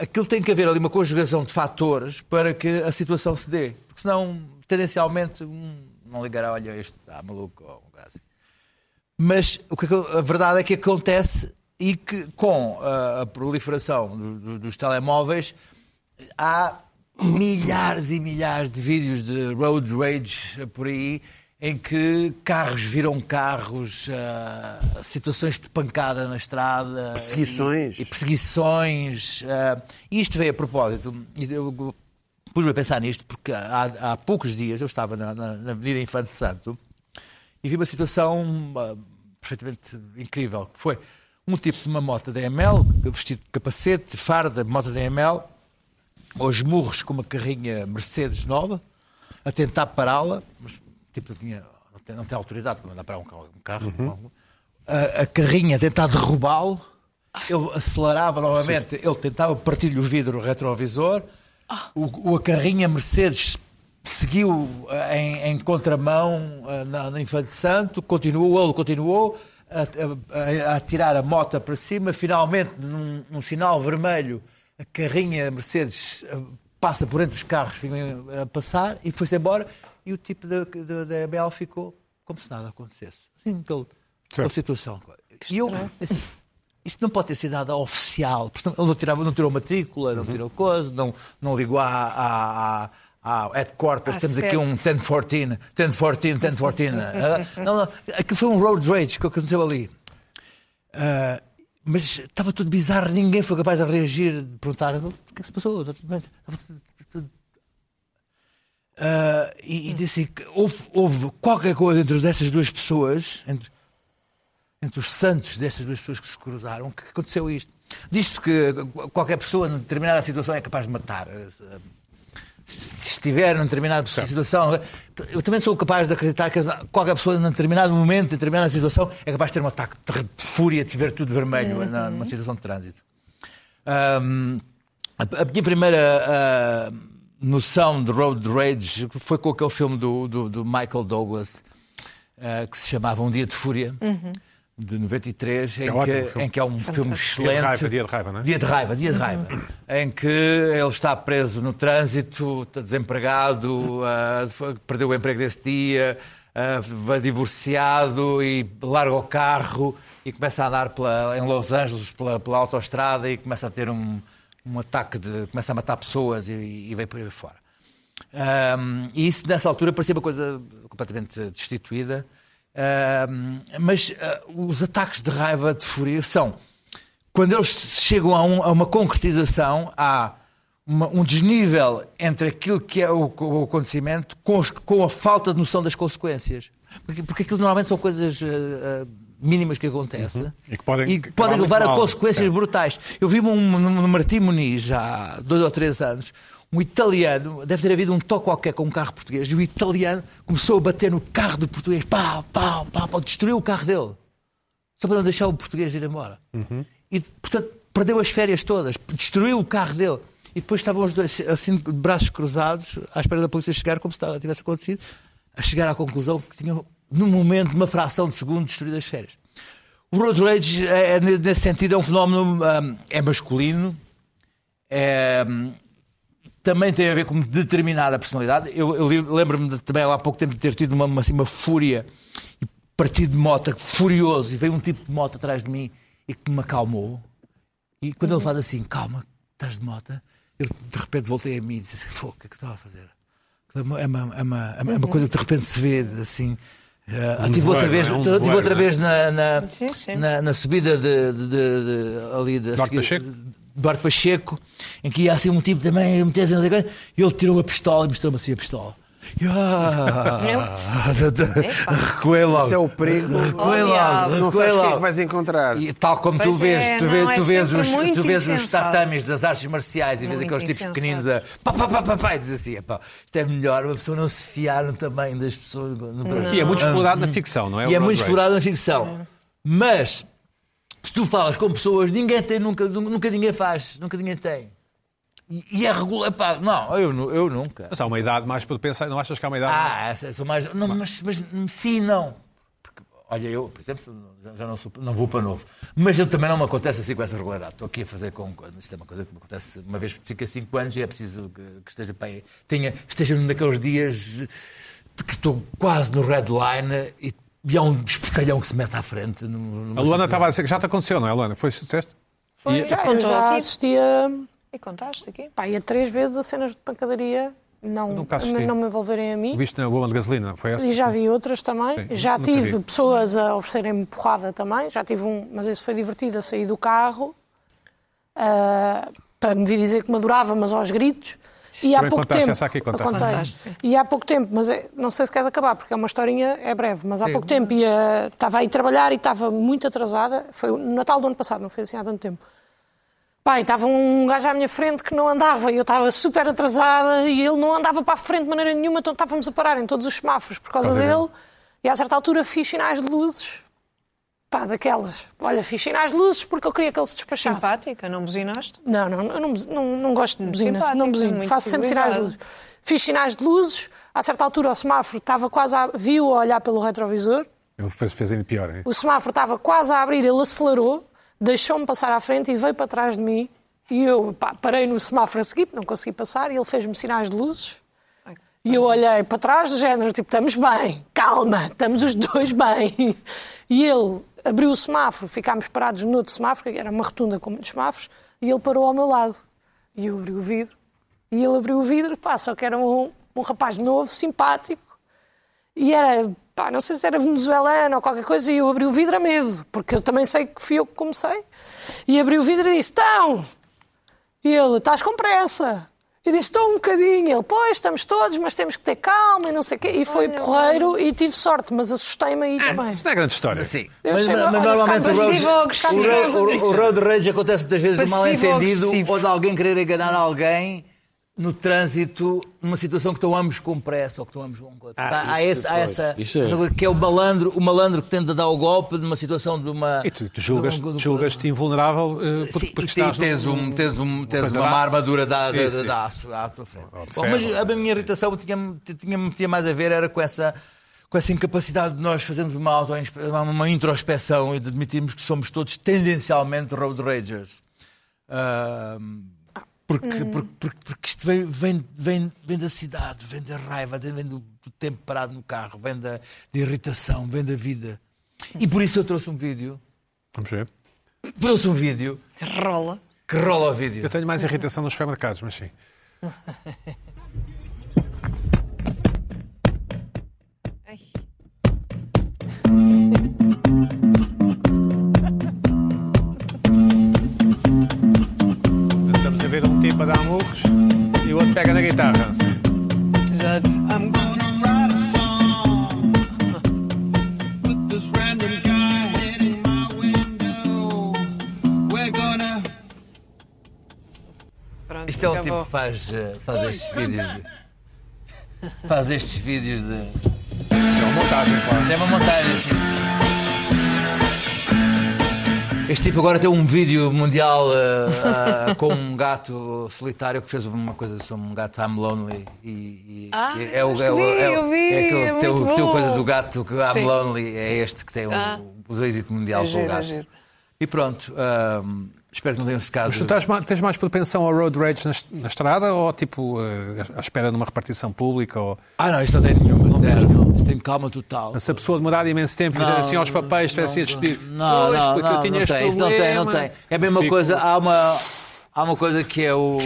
aquilo tem que haver ali uma conjugação de fatores para que a situação se dê. Porque senão, tendencialmente, um não ligará, olha, este está maluco ou um gajo assim. Mas o que, é que- a verdade é que acontece e que com a, a proliferação do- do- dos telemóveis há milhares e milhares de vídeos de road rage por aí em que carros viram carros, ah, situações de pancada na estrada. Perseguições. E, e perseguições. ah, e isto veio a propósito. e Eu pus-me a pensar nisto porque há, há poucos dias eu estava na, na, na Avenida Infante Santo e vi uma situação ah, perfeitamente incrível, que foi um tipo de uma moto DML, vestido de capacete, farda, moto DML, aos murros com uma carrinha Mercedes nova, a tentar pará-la, mas tipo não, tinha, não, tem, não tem autoridade para mandar para um carro, um carro, a, a carrinha a tentar derrubá-lo, ele acelerava novamente, ele tentava partir-lhe o vidro retrovisor, o, o- a carrinha Mercedes seguiu eh, em, em contramão eh, na, na Infante Santo, continuou, ele continuou a, a- a- a tirar a moto para cima, finalmente num, num sinal vermelho a carrinha Mercedes eh, passa por entre os carros que vinham a passar e foi-se embora e o tipo da da- da EBL ficou como se nada acontecesse. Assim, aquele, aquela situação. E eu assim, disse, isto não pode ter sido nada oficial. porque senão Ele não, tirava, não tirou matrícula, não tirou coisa, não, não ligou à, à, à, à headquarters, Ah, temos aqui certo. um 1014, 1014, 1014. Ah, não, não, aquilo foi um road rage que aconteceu ali. Ah, mas estava tudo bizarro, ninguém foi capaz de reagir, de perguntar o que é que se passou. Está tudo bem?" Estava tudo- tudo- Ah, e, e disse que houve, houve qualquer coisa entre destas duas pessoas, entre, entre os santos destas duas pessoas que se cruzaram, que aconteceu isto. Diz-se que qualquer pessoa, em determinada situação, é capaz de matar. Eh, se- se- estiver numa determinada situação. Eu também sou capaz de acreditar que qualquer pessoa, num determinado momento, em determinada situação, é capaz de ter um ataque de de fúria, de tiver tudo vermelho na- numa situação de trânsito. Ahm, a, a minha primeira ah, noção de road rage foi com aquele filme do, do- do Michael Douglas ah, que se chamava Um Dia de Fúria. De 93, em, ótimo que, filme. em que é um filme Dia de excelente. raiva, dia de raiva, não é? Dia de raiva, dia de *clears throat* raiva. em que ele está preso no trânsito, está desempregado, ah, foi- perdeu o emprego desse dia, ah, vai divorciado e larga o carro e começa a andar pela- em Los Angeles pela, pela autoestrada e começa a ter um, um ataque de. começa a matar pessoas e, e vem por aí fora. Ahm, e isso nessa altura parecia uma coisa completamente destituída. Ahm, mas ah, os ataques de raiva, de fúria, são quando eles chegam a, um- a uma concretização, há uma- um desnível entre aquilo que é o, o acontecimento com, os- com a falta de noção das consequências. Porque, porque aquilo normalmente são coisas ah, ah, mínimas que acontecem Uhum. E que podem e que podem acabar levar muito a mal. consequências brutais. Eu vi um, no Martim Muniz há dois ou três anos. Um italiano, deve ter havido um toque qualquer com um carro português, e o italiano começou a bater no carro do português, pá, pá, pá, pá, destruiu o carro dele só para não deixar o português ir embora. E, portanto, perdeu as férias todas, destruiu o carro dele. E depois estavam os dois, assim, de braços cruzados, à espera da polícia chegar, como se nada tivesse acontecido, a chegar à conclusão que tinham, num momento, uma fração de segundo, destruído as férias. O road rage, é, é, nesse sentido, é um fenómeno, hum, é masculino, é, hum, também tem a ver com determinada personalidade. Eu, eu li- lembro-me de- também há pouco tempo de ter tido uma, uma, assim, uma fúria e partido de moto furioso e veio um tipo de moto atrás de mim e que me acalmou. E quando ele faz assim, calma, estás de moto, eu de repente voltei a mim e disse assim, "Fogo, o que é que eu estava a fazer? É uma, é uma, é uma, é Uhum. uma coisa que de repente se vê assim. eh, ativo outra voeiro, vez, não é? Um ativo voeiro, outra não é? vez na, na, Sim, sim. na- na subida de, de- de- de- ali da Duarte seguir- Pacheco? Duarte Pacheco, em que ia assim um tipo também, meter não sei o quê, e ele tirou a pistola e mostrou-me assim a pistola. E, Ah, *laughs* recuei logo. Esse é o perigo. Recuei logo, Não recuei sabes o que é que logo. vais encontrar. E tal como tu Pois é, vês, tu não, vês, é tu vês sempre os, muito tu vês os insensado. tatames das artes marciais e vês Muito aqueles tipos insensado. pequeninos a pá, pá, pá, pá, pá, e dizes assim: "Epá, isto é melhor, uma pessoa não se fiar no tamanho das pessoas. E é muito explorado na ficção, não é? E O é road muito rage. explorado na ficção. Mas, se tu falas com pessoas, ninguém tem, nunca, nunca ninguém faz, nunca ninguém tem. E, e é regular. Pá, não, eu, nu- eu nunca. Mas há uma idade mais propensa, não achas que há uma idade Ah, essa- sou mais. Não, mas, mas sim, não. Porque, olha, eu, por exemplo, já- já não, sou- não vou para novo. Mas eu também não me acontece assim com essa regularidade. Estou aqui a fazer com. Isto é uma coisa que me acontece uma vez por 5 a 5 anos e é preciso que, que esteja para aí. Tenha, esteja num daqueles dias de que estou quase no red line e, e há um espetalhão que se mete à frente. num- numa A Luana situação. estava a dizer que já te aconteceu, não é, Luana? Foi isso que disseste? Foi, já, Eu contou já aqui. assisti a, E contaste aqui? pá, ia três vezes a cenas de pancadaria, não, nunca assisti. não me envolverem a mim. Viste na Woman de Gasolina, não foi essa? E já vi outras Sim, também. já nunca tive vi. pessoas a oferecerem-me porrada também. Já tive um, mas esse foi divertido, a sair do carro ah, para me vir dizer que me adorava, mas aos gritos. E há Também pouco contaste tempo. essa aqui, contaste. Eu contei. E há pouco tempo, mas é- não sei se queres acabar, porque é uma historinha, é breve, mas há pouco tempo ia, estava aí a trabalhar e estava muito atrasada. Foi no Natal do ano passado, não foi assim há tanto tempo. Pai, estava um gajo à minha frente que não andava e eu estava super atrasada e ele não andava para a frente de maneira nenhuma, então estávamos a parar em todos os semáforos por causa Fazer dele. E a certa altura fiz sinais de luzes, pá, daquelas. Olha, fiz sinais de luzes porque eu queria que ele se despachasse. Simpática, não buzinaste? Não, não, eu não, buzi- não, não gosto de buzinas. Simpático, Não buzino, muito faço sempre sinais de luzes. civilizado. Fiz sinais de luzes, a certa altura o semáforo estava quase a... viu a olhar pelo retrovisor, Ele fez, fez ainda pior, hein? o semáforo estava quase a abrir, ele acelerou, deixou-me passar à frente e veio para trás de mim. E eu pá, parei no semáforo a seguir, porque não consegui passar, e ele fez-me sinais de luzes. E eu olhei para trás, do género, tipo, estamos bem, calma, estamos os dois bem. E ele abriu o semáforo, ficámos parados no outro semáforo, que era uma rotunda com muitos semáforos, e ele parou ao meu lado. E eu abri o vidro. E ele abriu o vidro, pá, só que era um, um rapaz novo, simpático, e era, pá, não sei se era venezuelano ou qualquer coisa, e eu abri o vidro a medo, porque eu também sei que fui eu que comecei. E abri o vidro e disse: Estão! E ele: Estás com pressa. E disse: Estou um bocadinho. Ele: Pois, estamos todos, mas temos que ter calma e não sei o quê. E foi porreiro e tive sorte, mas assustei-me aí também. Isto não é grande história. Sim. Eu Ah, Mas, chego- mas olha, normalmente o ficava road, passivo o, agressivo. road- o- o road rage acontece muitas vezes de Passivo mal entendido agressivo. ou de alguém querer enganar alguém no trânsito, numa situação que estão ambos com pressa ou que estão ambos com coisa. Ah, Tá, há, isso esse- há depois. essa Isso é. que é o malandro, o malandro que tenta dar o golpe numa situação de uma. E tu, tu julgas- de um- de um- julgas-te invulnerável eh, por- Sim, porque e estás tens, num- um, tens, um, tens coisa uma lá. armadura da, da, Isso, da- da aço à tua frente. Bom, mas a minha irritação tinha, tinha, tinha mais a ver era com essa, com essa incapacidade de nós fazermos uma, auto, uma introspeção e de admitirmos que somos todos tendencialmente road ragers. Ah, porque, porque, porque, porque isto vem, vem, vem, vem da cidade, vem da raiva, vem do, do tempo parado no carro, vem da, da irritação, vem da vida. E por isso eu trouxe um vídeo. Vamos ver. Trouxe um vídeo Rola. que rola o vídeo. Eu tenho mais irritação nos supermercados, mas sim. Estamos a ver um tipo a dar murros e o outro pega na guitarra. Exato. I'm gonna write a song. Put this random guy head in my window. We're gonna. Pronto, Isto é o tipo acabou. que faz, eh, faz estes vídeos de. Faz estes vídeos de. É uma montagem, claro. É uma montagem, assim. Este tipo agora tem um vídeo mundial eh, *laughs* ah, com um gato solitário que fez uma coisa sobre um gato I'm Lonely. E, e- Ah, e é o, eu vi, é, eu vi, é aquele é que tem, o- muito que tem a bom. coisa do gato que I'm Sim. Lonely. É este que tem o, Ah. o êxito mundial É com o giro, é gato. giro. E pronto, ah, espero que não tenham ficado. Tu tens mais, tens mais propensão ao road rage na, est- na estrada ou tipo eh, à espera de uma repartição pública? Ou... Ah, não, isto não tem nenhuma. zero. Isto tem calma total. Se a pessoa demorar imenso tempo e dizer assim aos papéis, não, tivesse a despedir. Não, "Pois, não, porque não, eu não, tinha tem. este Isto não tem, não problema." tem. É a mesma Fico- coisa, há uma, há uma coisa que é o.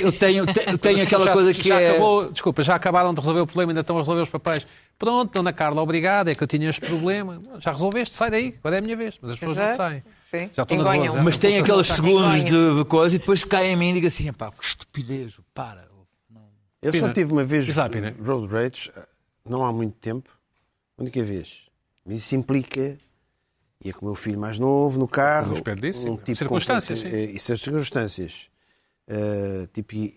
Eu tenho, te- eu tenho *laughs* aquela já, coisa que já é. acabou, desculpa, já acabaram de resolver o problema, ainda estão a resolver os papéis. Pronto, Dona Carla, obrigada, é que eu tinha este problema. Já resolveste, sai daí, agora é a minha vez. Mas as pessoas não Exato. saem. Sim. Já estou Engonham. nervoso, já. Mas tem aqueles segundos Vergonha. de coisa e depois cai em mim e digo assim: pá, que estupidez, para. Eu Pina. só tive uma vez Diz lá, Pina. road rage, ah, não há muito tempo, única vez. Isso implica, ia com o meu filho mais novo, no carro. um Mas espero disso, sim. com- Circunstâncias, sim. eh, Isso é circunstâncias. Eh, tipo, e-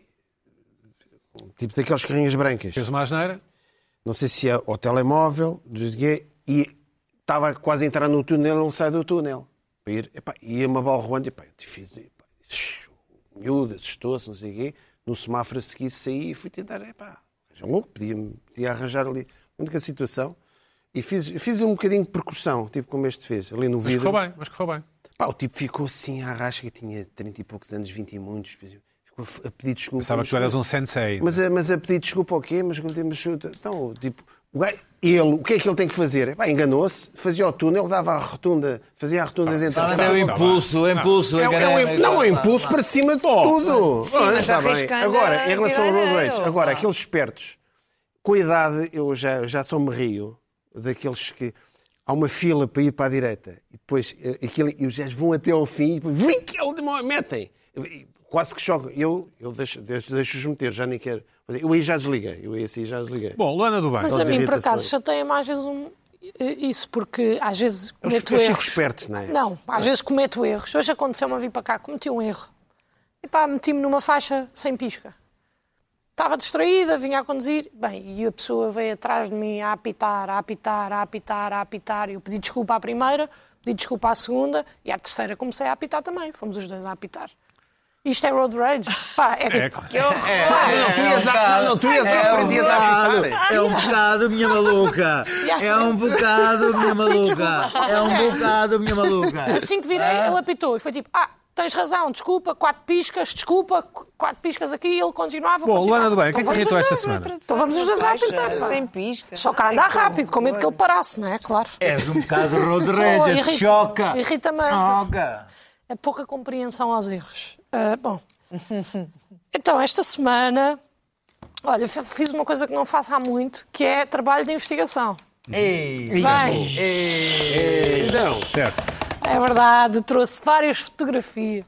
tipo daqueles carrinhas brancas. Fez uma asneira, Não sei se é ao telemóvel, não sei o quê, e estava quase a entrar no túnel, ele sai do túnel. Para ir, epá, ia uma balroando, epá, eu te fiz, epá, miúdo, assustou-se, não sei o quê. No semáforo a seguir saí e fui tentar, epá, já louco, podia, podia arranjar ali. Única situação. E fiz, fiz um bocadinho de percussão, tipo como este fez, ali no mas vidro. correu bem, mas correu bem. Pá, o tipo ficou assim à rasca, que tinha 30 e poucos anos, 20 e muitos. Ficou a pedir desculpa. Pensava que tu eras um sensei. Mas a, mas a pedir desculpa ao quê? Mas, mas então, tipo, o gajo- ele, o que é que ele tem que fazer? Pá, enganou-se, fazia o túnel, dava a rotunda, fazia a rotunda dentro da Mas tá é o sala. impulso, o impulso. É, é um, né? imp- não, é um impulso para cima de tudo. Sim, Ah, mas está bem. arriscando Agora, em relação ao road tirar rage, eu. agora, Ah. aqueles espertos, com a idade, eu já, já só me rio daqueles que há uma fila para ir para a direita e depois eh, aquilo, e os gajos vão até ao fim e depois, vem que é o demônio, metem. E Quase que chocam. Eu, eu deixo- deixo- deixo-os meter, já nem quero. Eu aí já desliguei, eu aí assim já desliguei. Bom, Luana do Bem. Mas a Aquelas mim, por acaso, irritações. chateia-me às vezes um- isso, porque às vezes É os cometo os erros. espertos, não é? Não, às vezes cometo erros. Hoje aconteceu-me a vir para cá, cometi um erro. E pá, meti-me numa faixa sem pisca. Estava distraída, vinha a conduzir. Bem, e a pessoa veio atrás de mim a apitar, a apitar, a apitar, a apitar. Eu pedi desculpa à primeira, pedi desculpa à segunda e à terceira comecei a apitar também. Fomos os dois a apitar. Isto é road rage. Pá, é É, tipo... É, Não, tu ias à- bocado. não, não, tu ias à É um frente, ias à bocado, guitarra. É um bocado, minha maluca. Ah, *laughs* Já É um bocado, *laughs* minha maluca. É um bocado, minha maluca. Assim que virei, ele apitou e foi tipo: Ah, tens razão, desculpa, quatro piscas, desculpa, qu- quatro piscas aqui. E ele continuava. Bom, continuava. Luana do Bem, o que é que Então irritou vamos esta os dois, semana? Então vamos os dois a Faixa, apitar. pá. eh, Sem pisca. Só que a andar rápido, com medo que ele parasse, não é? Claro. És um bocado road *laughs* Só rage, irrita- te choca. irrita-me. Ah. Choca. A pouca compreensão aos erros. Ah, bom. Então, esta semana, olha, f- fiz uma coisa que não faço há muito, que é trabalho de investigação. Ei, Bem, Então, Certo. É verdade, trouxe várias fotografias.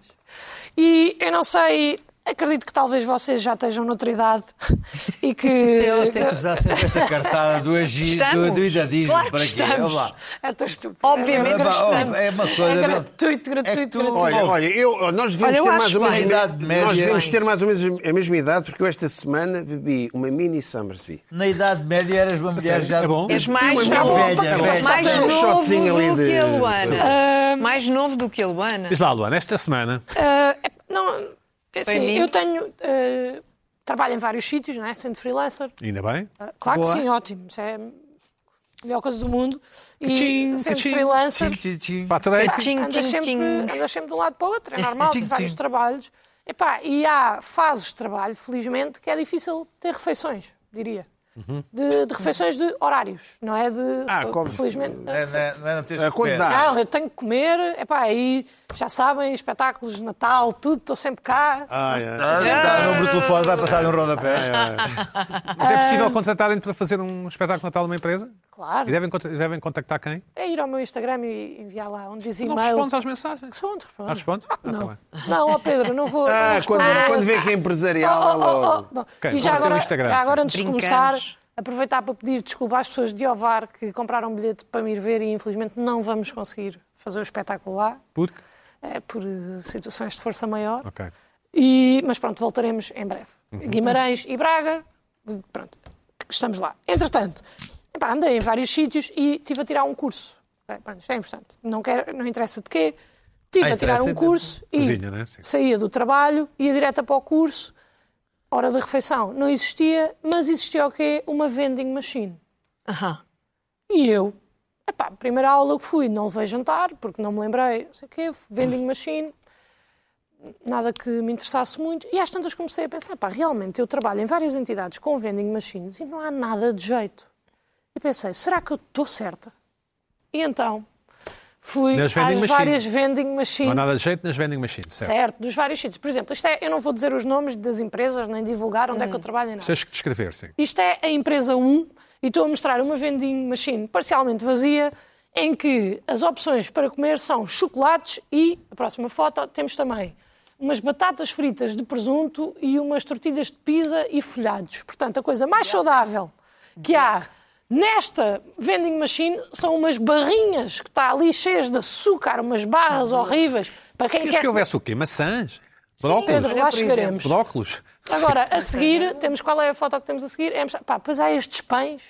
E eu não sei Acredito que talvez vocês já estejam noutra idade *laughs* e que. Ela tem que usar sempre esta cartada do, agi, do, Estamos. do idadismo Claro que para quê? estamos. Vamos lá. É tão estúpido. Obviamente É, que Epá, estamos. ouve, É uma coisa. É meu- gratuito, gratuito, é que tu- gratuito. Olha, olha, eu, nós devíamos Olha, eu ter acho mais ou bem. menos a Idade média. Nós devíamos Bem. ter mais ou menos a mesma idade, porque eu esta semana bebi uma mini Summersby. Na Idade Média eras uma mulher já. É bom? És mais Uma novo, velha, velha. mais Só tem um novo shotzinho ali do de- que a Luana. Mais novo do que a Luana. Diz lá, Luana, esta semana. Ah, é- não, é assim, mim. eu tenho. ah, trabalho em vários sítios, não é? Sendo freelancer. Ainda bem? Ah, Claro Boa. que sim, ótimo. Isso é a melhor coisa do mundo. E Cachim, sendo cachim, freelancer, Tchim, tchim. Faturei. Tchim, andas, tchim, sempre, tchim. andas sempre de um lado para o outro, é normal, Tchim, tem vários tchim. trabalhos. Epá, e há fases de trabalho, felizmente, que é difícil ter refeições, diria. De, de refeições de horários, não é de. Ah, como se- felizmente. não. É, não é- não é não teres A que comer. quantidade. Não, eu tenho que comer, epá, aí já sabem, espetáculos de Natal, tudo, estou sempre cá. Ah, Dá o número de telefone, vai passar de um Ah, rodapé. Mas é Ah. possível contratarem para fazer um espetáculo natal numa empresa? Claro. E devem, contra- devem contactar quem? É ir ao meu Instagram e enviar lá um e-mail. Não respondes às mensagens. Respondo, respondo. Ah, responde? Ah, tá Não, bem. não ó Pedro, não vou. Ah, não quando, respondo. quando vê que é Oh, empresarial, é oh, oh, logo. oh, bom. Ok, E já vou ter o agora, Instagram, já sim. agora antes de Brincamos. começar, aproveitar para pedir desculpa às pessoas de Ovar que compraram um bilhete para me ir ver e infelizmente não vamos conseguir fazer o espetáculo lá, Porque? eh, por eh, situações de força maior. Ok. Uhum. E- mas pronto, voltaremos em breve. Guimarães e Braga, pronto, estamos lá. Entretanto, epá, andei em vários sítios e estive a tirar um curso. Ok, pronto, isto é importante. Não, quero, não interessa de quê. Estive Ah, a tirar interessa de- um curso e Cozinha, né? Sim. saía do trabalho, ia direto para o curso, hora da refeição não existia, mas existia o quê? Uma vending machine. Aham. E eu, epá, primeira aula que fui, não levei jantar, porque não me lembrei, não sei o quê, vending machine, nada que me interessasse muito. E às tantas comecei a pensar, pá, realmente eu trabalho em várias entidades com vending machines e não há nada de jeito. E pensei, será que eu estou certa? E então fui Nas às vending machines. várias vending Não há machines. nada de jeito nas vending machines, certo? Certo, dos vários sítios. Por exemplo, isto é, eu não vou dizer os nomes das empresas, nem divulgar onde é que eu trabalho, nem nada. Tens que descrever, Hum. sim. Isto é a empresa 1 e estou a mostrar uma vending machine parcialmente vazia em que as opções para comer são chocolates e, a próxima foto, temos também umas batatas fritas de presunto e umas tortilhas de pizza e folhados. Portanto, a coisa mais saudável que há nesta vending machine são umas barrinhas que está ali cheias de açúcar, umas barras horríveis. Para quem Queres quer que houvesse o quê? Maçãs? Brócolos? Pedro, lá por chegaremos. Brócolos? Agora, a seguir, temos qual é a foto que temos a seguir? É, mostrar- pá, pois há estes pães,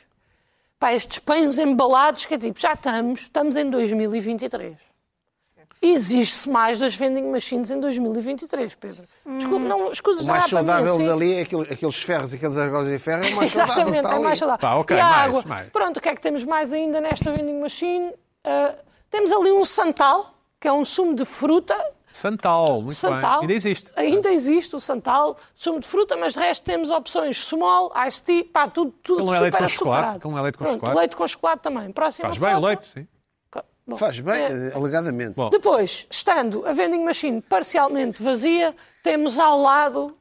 pá, estes pães embalados, que é tipo, já estamos, estamos em 2023. Existe-se mais das vending machines em 2023, Pedro. Desculpe, não, escusa Hum. O de mais olhar para mim saudável assim. dali é aquilo- aqueles ferros, aqueles argos de ferro, é o mais saudável. Exatamente, está é ali. mais saudável. Pá, ok, e a mais, água. mais. Pronto, o que é que temos mais ainda nesta vending machine? Ah, temos ali um santal, que é um sumo de fruta, Santal, muito Santal. bem. Ainda existe. Ainda existe o Santal, sumo de fruta, mas de resto temos opções small, iced tea, pá, tudo, tudo Aquilo não é leite super com chocolate, açucarado. aquilo não é leite com Pronto, chocolate. Leite com chocolate também. Próxima Faz bem, foto. leite, sim. Co- bom. Faz bem, É. eh, alegadamente. Bom. Depois, estando a vending machine parcialmente vazia, temos ao lado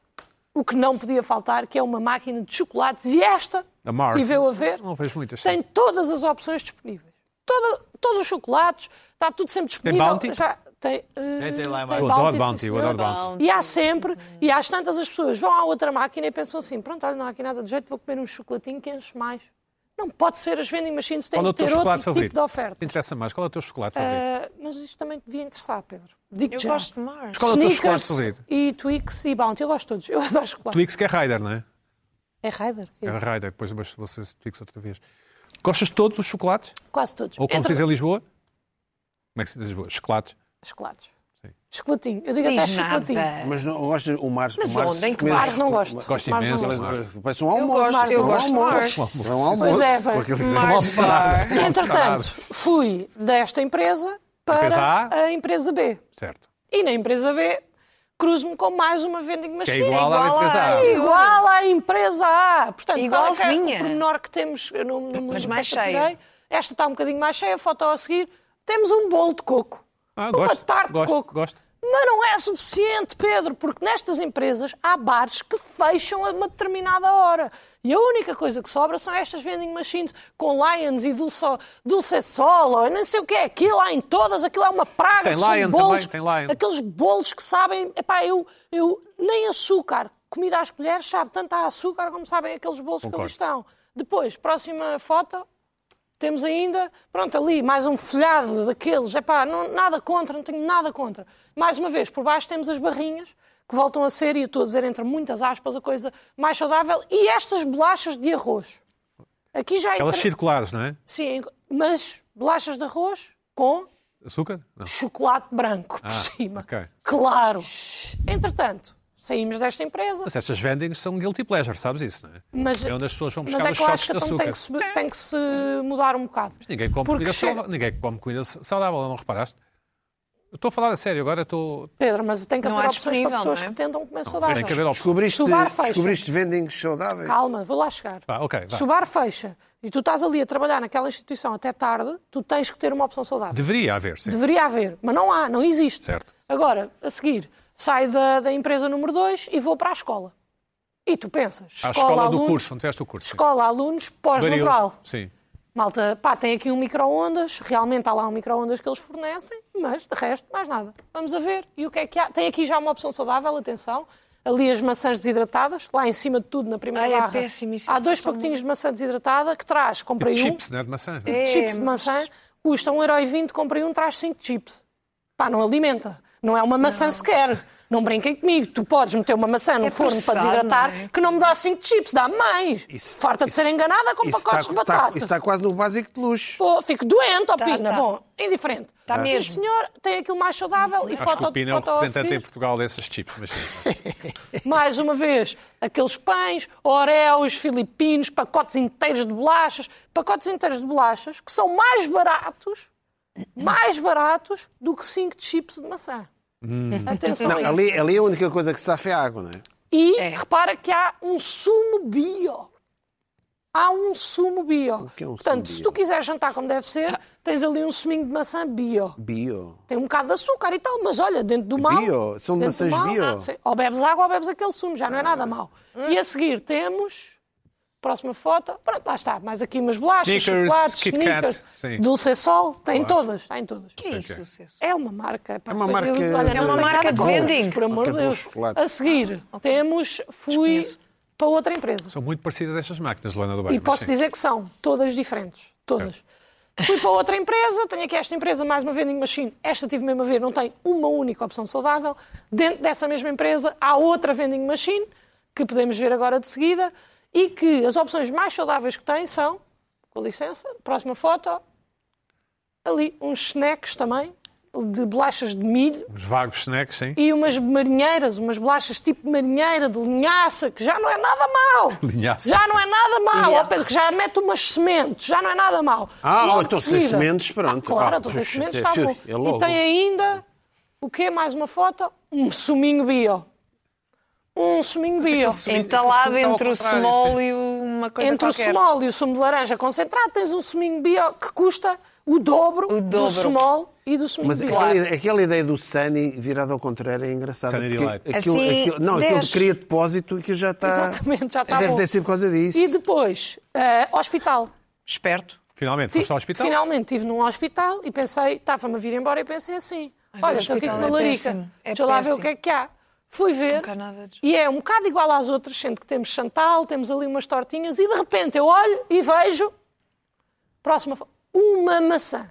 o que não podia faltar, que é uma máquina de chocolates. E esta, A Mars. tive eu a ver, Não vejo muitas. tem todas as opções disponíveis. Toda- todos os chocolates, está tudo sempre disponível. Bounty? Já tem, eh, tem lá mais. Eu adoro sim, Bounty, eu senhor. adoro Bounty. E há sempre, e às tantas as pessoas vão à outra máquina e pensam assim: pronto, olha, não há aqui nada de jeito, vou comer um chocolatinho que enche mais. Não pode ser, as vending machines têm Qual é o que teu ter outro chocolate tipo favorito? de oferta. Te interessa mais? Qual é o teu chocolate favorito? Ah, mas isto também te devia interessar, Pedro. Digo Eu já. gosto de Mars. Qual é o teu chocolate Snickers favorito? e Twix e Bounty. Eu gosto de todos. Eu *laughs* adoro chocolate. Twix que é Raider, não é? É Raider? É Raider, depois abaixo você Twix outra vez. Gostas de todos os chocolates? Quase todos. Ou como Entre se diz em Lisboa? Como é que se diz em Lisboa? Chocolates. chocolates. Chocolatinho. Eu digo até Diz chocolatinho. nada. Mas não gosto o Mars. o Mas Mars onde? Em que come- Mars Mars não gosto. Gosto Mars não imenso. gosto. Parece um almoço. gosto- eu é um gosto de almoço. Mars. É um almoço. Pois é, pois. com aquele- Mars Bar. Entretanto, fui desta empresa Empresa para A? a empresa B. Certo. E na empresa B, cruzo-me com mais uma vending Que machine. é igual à igual empresa a- A. Igual à empresa A. Portanto, qual é que é Igualzinha. o pormenor que temos, eh, eu não, não me lembro Mas mais qual é que eu cheia. peguei. Esta está um bocadinho mais cheia, a foto a seguir. Temos um bolo de coco. Ah, uma gosto, tarte gosto, de coco. gosto. Mas não é suficiente, Pedro, porque nestas empresas há bares que fecham a uma determinada hora. E a única coisa que sobra são estas vending machines com Lions e Dulce, Dulce Solo, eu não sei o que é aquilo, lá em todas, aquilo é uma praga. Tem que são Lion bolos, também, tem Lion. Aqueles bolos que sabem, epá, eu, eu nem açúcar, comida às colheres, sabe tanto a açúcar como sabem aqueles bolos que Concordo. ali estão. Depois, próxima foto, temos ainda, pronto, ali mais um folhado daqueles, é pá, nada contra, não tenho nada contra. Mais uma vez, por baixo temos as barrinhas, que voltam a ser, e eu estou a dizer entre muitas aspas, a coisa mais saudável, e estas bolachas de arroz. Aqui já Elas entra... circulares, não é? Sim, mas bolachas de arroz com Açúcar? Não. chocolate branco por Ah, cima. ok. Claro. Entretanto, saímos desta empresa, Mas essas vendings são guilty pleasure, sabes isso, não é? mas, é onde as pessoas vão mas buscar é os que eu choques acho de que então tem açúcar. que, se, tem que se mudar um bocado. Ninguém come, Porque comida chega- saudável. Ninguém come comida saudável, não reparaste? Eu Estou a falar a sério, agora estou. Pedro, mas tem que Não haver há opções para disponível, pessoas não é? que tentam comer Tem que haver saudável. opções. Descobriste, Se o bar fecha. descobriste vendings saudáveis? Calma, vou lá chegar. Pá, ok, vá. Se o bar fecha e tu estás ali a trabalhar naquela instituição até tarde, tu tens que ter uma opção saudável. Deveria haver, sim. Deveria haver, mas não há, não existe. Certo. Agora, a seguir, saio da, da empresa número 2 e vou para a escola. E tu pensas, À escola, escola do alunos, curso, onde tiveste o curso. sim. escola, alunos, Baril. pós-laboral. Sim. Malta, pá, tem aqui um micro-ondas, realmente há lá um micro-ondas que eles fornecem, mas de resto, mais nada. Vamos a ver. E o que é que há? Tem aqui já uma opção saudável, atenção. Ali as maçãs desidratadas, lá em cima de tudo, na primeira Ai, é barra. péssimo isso, há é dois tão pacotinhos de maçã desidratada que traz, comprei um, Chips, não é? De maçãs. não é? chips de maçã, custa 1,20€, comprei um, traz 5 chips. Pá, não alimenta. Não é uma maçã sequer. Não brinquem comigo. Tu podes meter uma maçã no É forno para processado, desidratar, não é? que não me dá 5 chips, dá mais. Isso- Farta de ser enganada com Isso tá pacotes está, de está- batata. isso está quase no básico de luxo. Pô, fico doente, ó Tá, Pina. tá. Bom, indiferente. Tá Sim, mesmo. senhor, tem aquilo mais saudável e Acho que foto, o Pina é o foto ao representante em seguir. Portugal dessas chips. Mas sim. Mais uma vez, aqueles pães, oreos, filipinos, pacotes inteiros de bolachas. Pacotes inteiros de bolachas que são mais baratos, mais baratos do que 5 chips de maçã. Atenção Hum. a Não, isso. ali, ali a única coisa que se safa é a água, não é? E É. repara que há um sumo bio. Há um sumo bio. que é um Portanto, sumo se bio? tu quiseres jantar como deve ser, tens ali um suminho de maçã bio. Bio. Tem um bocado de açúcar e tal, mas olha, dentro do mal. Bio? São dentro do maçãs mal, bio? ah, sim. ou bebes água ou bebes aquele sumo, já não é nada mau. E a seguir temos. Próxima foto. Pronto, lá está. Mais aqui umas bolachas, Snickers, chocolates, Kit Kat, sneakers. sim. Dulce Sol. Tem todas, tem todas. que é isso, sucesso? É uma marca. pá, É uma eu- marca- olha, É não uma tenho marca nada de contra, vending. Por amor Marca de de um Deus. chocolate. A seguir temos. Fui Desconheço. para outra empresa. São muito parecidas estas máquinas, Luana do Bem. E posso dizer que são todas diferentes. Todas. Fui para outra empresa, tenho aqui esta empresa, mais uma vending machine. Esta tive mesmo a ver, não tem uma única opção saudável. Dentro dessa mesma empresa há outra vending machine, que podemos ver agora de seguida, e que as opções mais saudáveis que tem são, com licença, próxima foto, ali uns snacks também, de bolachas de milho, Os vagos snacks, sim. e umas marinheiras, umas bolachas tipo marinheira de linhaça, que já não é nada mau. *laughs* Linhaça, Já não é nada mau. Linhaça. Ó Pedro, que já mete umas sementes, já não é nada mau. Ah, Logo ó, de então sem seguida- sementes, pronto. Ah, claro, Ah, então sem puxa, sementes é está bom. tudo, é logo. E tem ainda, o quê? Mais uma foto? Um suminho bio. Um é suminho bio. Entalado Ao entre o contrário, small sim. e o- uma coisa Entre o qualquer. small e o sumo de laranja concentrado, tens um suminho bio que custa o dobro, O dobro. do small e do suminho Mas bio. aquela, ide- aquela ideia do Sunny virado ao contrário é engraçada. Sunny porque Delight. aquilo, Assim, aquilo- não, aquilo dez. cria depósito e que já está. Exatamente, já está Deve bom. ter sido por causa disso. E depois, eh, hospital. Esperto. Finalmente, foste ao hospital. Finalmente estive num hospital e pensei, estava-me a vir embora e pensei assim: olha, estou aqui com hospital uma é larica, péssimo, é deixa eu lá ver o péssimo. que é que há. Fui ver Nunca há nada de- e é um bocado igual às outras, sendo que temos Chantal, temos ali umas tortinhas e de repente eu olho e vejo, próxima, fo- uma maçã.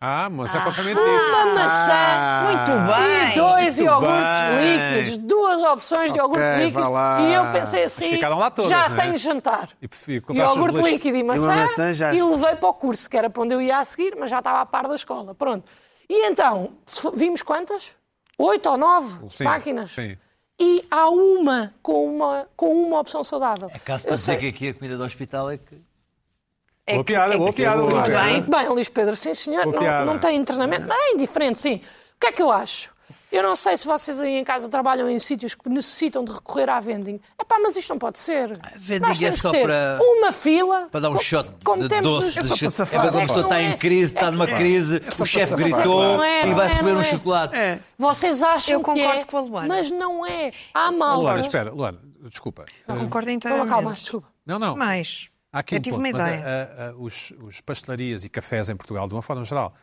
Ah, mas é propriamente dito. Uma maçã. Ah, Muito bem. E dois Muito iogurtes bem. líquidos, duas opções de iogurte vá líquido. lá. E eu pensei assim: ficaram lá todas, já não é? tenho jantar. E percebi, compraste Iogurte os dois. líquido e E uma maçã. maçã já e está. levei para o curso, que era para onde eu ia a seguir, mas já estava a par da escola. Pronto. E então, se fo- vimos quantas? Oito ou nove Sim, máquinas. sim. E há uma com uma, com uma opção saudável. É Caso Eu para dizer sei- que aqui a comida do hospital é que. É Boa que- piada, é boa que- piada, Muito boa bem. piada. Bem, Luís Pedro, sim senhor, Boa não, piada. não tem treinamento. Bem, diferente, sim. O que é que eu acho? Eu não sei se vocês aí em casa trabalham em sítios que necessitam de recorrer à vending. Epá, mas isto não pode ser. vending Nós é temos que só ter para- Uma fila. para dar um co- shot de- como de temos doce. nos- de só para shit. safar. mas a É pessoa que está não é- em crise, está é numa que- crise, só o para chefe safar. gritou Não é, e não vai-se é, comer não um é. chocolate. É. Vocês acham Eu concordo que é, com a Luana. Mas não é. Há mal. Luana, espera, Luana, desculpa. Não concordo Calma, inteiramente. calma, desculpa. Não, não. Mas Há aqui eu um tive ponto, uma mas ideia. eh, a- a- a- os, os pastelarias e cafés em Portugal, de uma forma geral,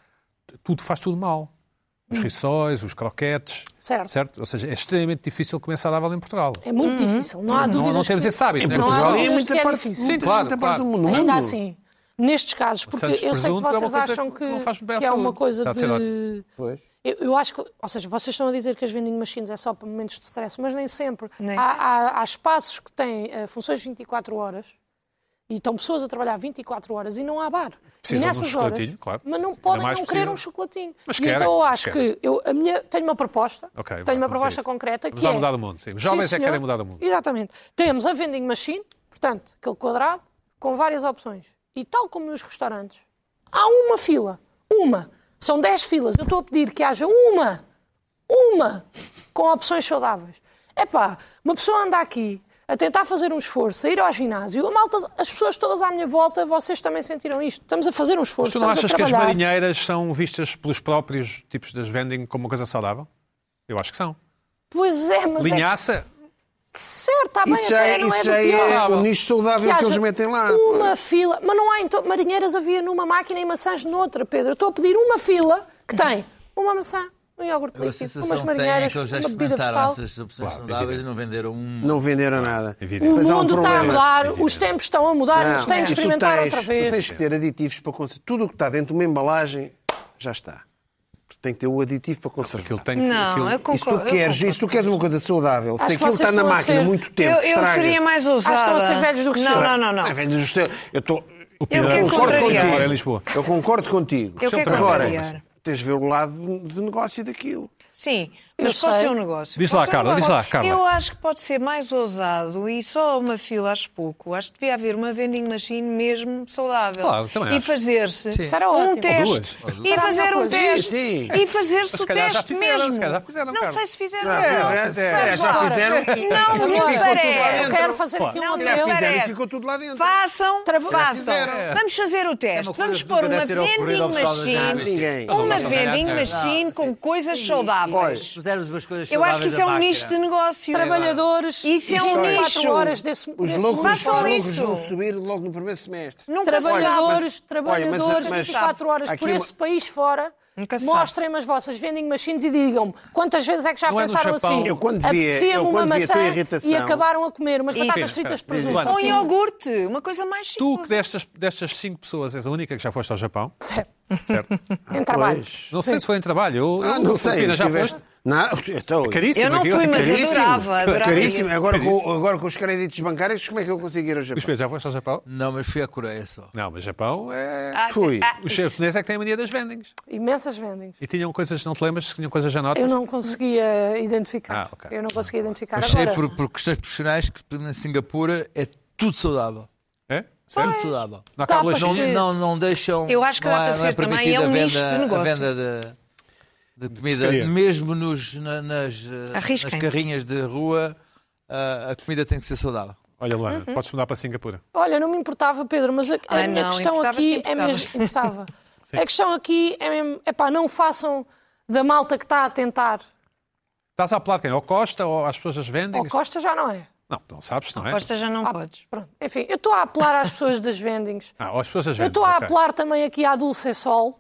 t- tudo faz tudo mal. Os Hum. rissóis, os croquetes. Certo. Ou seja, é extremamente difícil começar a dar em Portugal. É muito Uhum. difícil. Não há dúvida. Não, não temos esse hábito. né? Não há Portugal e em dúvidas que muita é parte, difícil. muita, Sim, claro, muita claro. parte do mundo. Ainda assim, nestes casos, porque Santos eu sei presunto é que uma vocês coisa acham que que, não faz bem à que é uma saúde. coisa Está a ser de. ótimo. Eu, eu acho que, ou seja, vocês estão a dizer que as vending machines é só para momentos de stress, mas nem sempre. Nem há, sempre. há- há espaços que têm eh, funções 24 horas e estão pessoas a trabalhar 24 horas e não há bar. Precisam e de um nessas horas. chocolatinho, claro. Mas não Ainda podem não mais querer precisam. um chocolatinho. Mas E querem, então eu acho querem. que eu a minha, tenho uma proposta, Ok, vá, tenho uma vamos a proposta isso. concreta Vamos que lá é mudar o mundo, sim. Os jovens é que senhor. querem mudar o mundo. Exatamente. Temos a vending machine, portanto, aquele quadrado, com várias opções. E tal como nos restaurantes, há uma fila. Uma. São 10 filas. Eu estou a pedir que haja uma. Uma. Com opções saudáveis. É pá, uma pessoa anda aqui a tentar fazer um esforço, a ir ao ginásio, a malta, as pessoas todas à minha volta, vocês também sentiram isto. Estamos a fazer um esforço. Tu não estamos achas a que as trabalhar. marinheiras são vistas pelos próprios tipos das vending como uma coisa saudável? Eu acho que são. Pois é, mas é Linhaça, certo, está bem, Isso já até é, não isso é do já é pior. o saudável. nicho saudável que, haja eles metem lá. Uma fila. Mas não há em to... Marinheiras havia numa máquina e maçãs noutra, Pedro. Eu Estou a pedir uma fila que Uhum. tem uma maçã, um iogurte A líquido, sensação umas que tenho é marinheiras, que eles já uma bebida experimentaram vegetal. essas opções saudáveis e não venderam um. Não venderam nada. Evidente. O Mas há um mundo está a problema. Ah, mudar, os tempos estão a mudar, eles e têm de tu experimentar tens- outra Tu tens vez. que ter aditivos para conservar. Tudo o que está dentro de uma embalagem já está. Tu Tem que ter o aditivo para conservar. aquilo tem Não, aquilo- eu E se tu concordo. eu queres, e concordo. se tu queres uma coisa saudável, se Acho que aquilo vocês está na estão a máquina ser- muito tempo, eu, eu estraga-se. seria mais que ousada. estão a ser velhos do recheio. Não, não, não. É, velho, isto é- eu estou- Eu Pedro, quero concordo contrariar. Agora em é Lisboa. é eu concordo contigo. Eu quero Agora, contrariar. tens de ver o lado de negócio daquilo. Sim, Eu mas pode sei. ser um negócio. Diz Pode lá, ser um Carla, diz negócio. lá, Carla. Eu acho que pode ser mais ousado e só uma fila acho pouco. Acho que devia haver uma vending machine mesmo saudável. Claro, também e acho. fazer-se Isso era um ótimo. teste. Ou duas. E Será a fazer melhor um coisa. teste. Sim, E fazer-se Se o calhar já teste fizeram, mesmo. se calhar já fizeram, Não Carla. sei se fizeram. Já Sabes fizeram, já lá. fizeram. Não, Ficou me tudo lá parece. dentro. Eu quero fazer aqui um Já Não, não modelo. fizeram e parece. ficou tudo lá dentro. Façam, façam. fizeram. Vamos fazer o É teste. uma coisa Vamos que pôr nunca uma deve ter ocorrido vending ao pessoal das machine. naves. Ninguém. Uma Não, vending não, machine com coisas Olha, saudáveis. Puseram umas coisas Eu acho que saudáveis isso é na um máquina. nicho de negócio. Trabalhadores, Isso é um 24 nicho. horas desse, Os desse loucos, os Façam uniforme. loucos isso. vão subir logo no primeiro semestre. Nunca Trabalhadores, olha, mas- trabalhadores, mas- 24 horas aqui por uma- esse país fora, Nunca se mostrem-me as vossas vending machines e digam-me quantas vezes é que já Não é no pensaram Japão. assim. Eu quando vi- apetecia-me eu uma quando vi a tua maçã e irritação- acabaram a comer umas batatas Isso. fritas de Espera, presunto. Luana. Ou um iogurte, uma coisa mais Tu, simples. que destas, destas cinco pessoas, és a única que já foste ao Japão, Certo. certo? Em trabalho. Ah, Pois. Não sei se foi em trabalho. Eu, Ah, eu- não sei. Pina, já tiveste- foste? É Não, então, Caríssimo. Eu não aquilo. fui, mas Caríssimo. Caríssimo. adorava, adorava Caríssimo. ir. Agora, Com, Caríssimo. agora com os créditos bancários, como é que eu consigo ir ao Japão? Espera, Já foste ao Japão? Não, mas fui à Coreia só. Não, mas Japão é... Ah, Fui. ah, Os japoneses é que têm a mania das vendings. Imensas vendings. E tinham coisas, não te lembras, se tinham coisas já notas? Eu não conseguia Ah, identificar. ok. Eu não conseguia identificar. Mas sei Agora, por, por questões profissionais que na Singapura é tudo saudável. É? Tudo Ah, Sério? saudável. Não há cábulas Tapas Não, não. de- Sim. não, não deixam. Eu acho que não dá há- para não é ser também, permitida é um a venda, nicho de negócio. A venda de, de comida, Porcaria. mesmo nos, na- nas, eh, Arrisquem. nas carrinhas de rua, ah, a comida tem que ser saudável. Olha, Luana, Uhum. podes mudar para Singapura. Olha, não me importava, Pedro, mas a, a Ah, minha não, questão importavas-te, aqui é importavas. mesmo. Importava. a questão aqui é mesmo. Epá, não façam da malta que está a tentar. Estás a apelar de quem? Ao Costa ou às pessoas das Ou vendings? Costa já não é. Não, não sabes, não é? Costa já não podes. Pronto. Enfim, eu estou a apelar às pessoas das vendings. Ah, ou às pessoas das Eu vendings. estou a ok. apelar também aqui à Dulce Sol.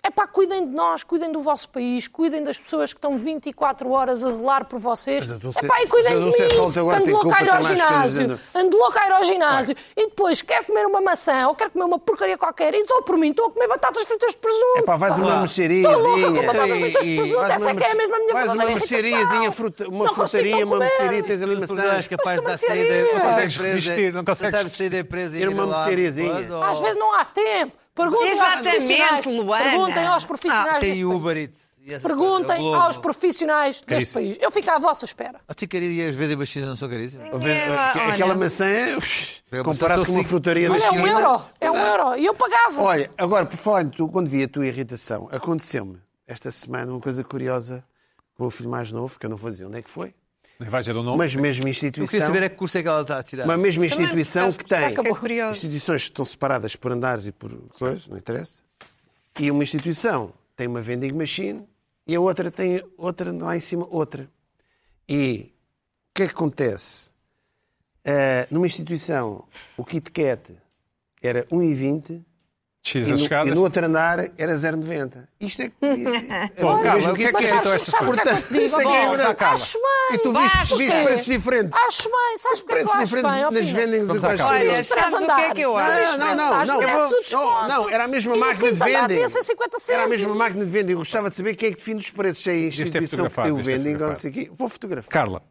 É pá, cuidem de nós, cuidem do vosso país, cuidem das pessoas que estão 24 horas a zelar por vocês. Mas a Dulce- É pá, e cuidem mas a de Dulce Sol até mim. agora Ando tem louco a culpa ir ao de ter mais coisas ginásio, ainda. ando louco a ir ao ginásio e depois quero comer uma maçã ou quero comer uma porcaria qualquer e dou por mim, estou a comer batatas fritas de presunto. É pá, vais a uma pá. merceariazinha. Estou louca com batatas E- fritas e- de presunto, vais essa é uma que é mesmo a minha merce- vais verdadeira uma merceariazinha, irritação. fruta- uma Não consigo frutaria, não uma comer. mercearia, tens ali Tu maçãs. não és capaz de dar Mas como saída. assim? não Consegues da empresa, resistir, não consegues. Sabes sair da empresa e Ir ir uma lá merceariazinha. depois, ou- Às vezes não há tempo. Perguntem aos Oh. Exatamente, profissionais. Luana. Perguntem aos profissionais. Ah, Tem deste Uber Eats. e essa coisa, é o Perguntem Globo. aos profissionais é deste isso? país. Eu fico à vossa espera. A ticaria e as vendas baixinhas não são É, caríssimas? Olha, Aquela maçã, uff, Olha, comparado são com uma cinco- frutaria Ah, da Mas Olha, é um esquina. euro. É um euro. E eu pagava. Olha, agora, por falar em tu, quando vi a tua irritação, aconteceu-me esta semana uma coisa curiosa. com o meu filho mais novo, que eu não vou dizer onde é que foi, Nem vais dizer o nome. mas mesmo Eu queria instituição, saber a que curso é que ela está a tirar. uma mesma instituição acho que que tem acabou. Fiquei curiosa. instituições que estão separadas por andares e por coisas, não interessa, e uma instituição tem uma vending machine e a outra tem outra lá em cima, outra. E o que é que acontece? Ah, numa instituição, o Kit Kat era 1,20 X e as no, e escadas. no outro andar era 0,90. Isto é que podia ter. *laughs* É Bom, o Carla, mesmo o que é que Kit é Kat. então estas Sabe o que é que eu te Portanto, digo? isso é que é Bom, engraçado. Carla. Acho bem. E tu acho viste, viste bem. preços diferentes. Acho bem. Sabes porquê que eu Preços acho diferentes bem? nas Opina. vendings Vamos dos à Carla. Olha, bastidores. sabes o que é que eu Não, acho? Não, não, não, não. Eu vou- Oh, não, era a mesma E é no máquina de quinto andar vending. devia ser 50 Era a mesma cêntimos. máquina de vending. Eu gostava de saber quem é que define os preços. Se é a é instituição que tem o fotografado, isto é vending ou não fotografado. sei o quê. Vou fotografar. Carla,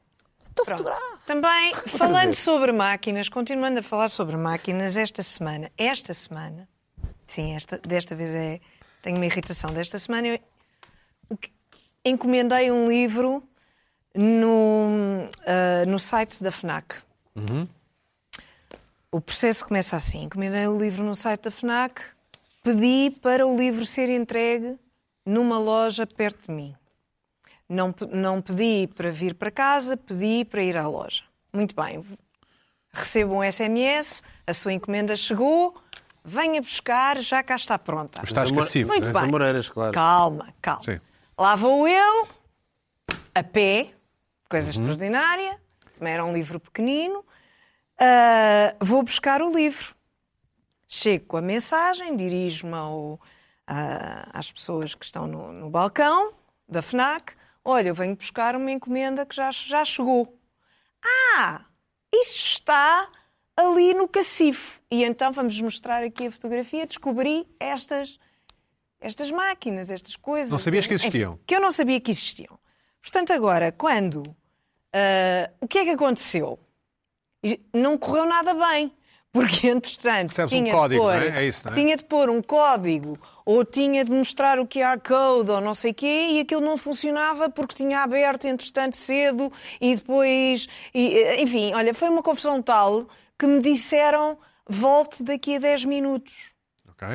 Estou a fotografar. Também, falando sobre máquinas, continuando a falar sobre máquinas, esta semana, esta semana, sim, esta, desta vez é, tenho uma irritação, desta semana eu o que- encomendei um livro no, ah, no site da FNAC. O processo começa assim, encomendei o livro no site da FNAC, pedi para o livro ser entregue numa loja perto de mim. Não, pe- não pedi para vir para casa, pedi para ir à loja. Muito bem. Recebo um SMS, a sua encomenda chegou, venha buscar, já cá está pronta. estás agressivo. Muito Nas bem. Amoreiras, claro. Calma, calma. Sim. Lá vou eu, a pé, coisa extraordinária, também era um livro pequenino. ah, vou buscar o livro. Chego com a mensagem, dirijo-me ao- a- às pessoas que estão no, no balcão da FNAC. Olha, eu venho buscar uma encomenda que já, já chegou. Ah, isso está ali no cacifo. E então vamos mostrar aqui a fotografia. Descobri estas, estas máquinas, estas coisas. Não sabias que existiam? Enfim, que eu não sabia que existiam. Portanto, agora, quando... ah, o que é que aconteceu? E não correu nada bem. Porque, *laughs* entretanto, Recebes um tinha, código, de pôr, não é? É isso, não é? tinha de pôr um código ou tinha de mostrar o QR Code ou não sei o quê e aquilo não funcionava porque tinha aberto, entretanto, cedo e depois... e, eh, enfim, olha, foi uma confusão tal que me disseram volte daqui a 10 minutos. Ok.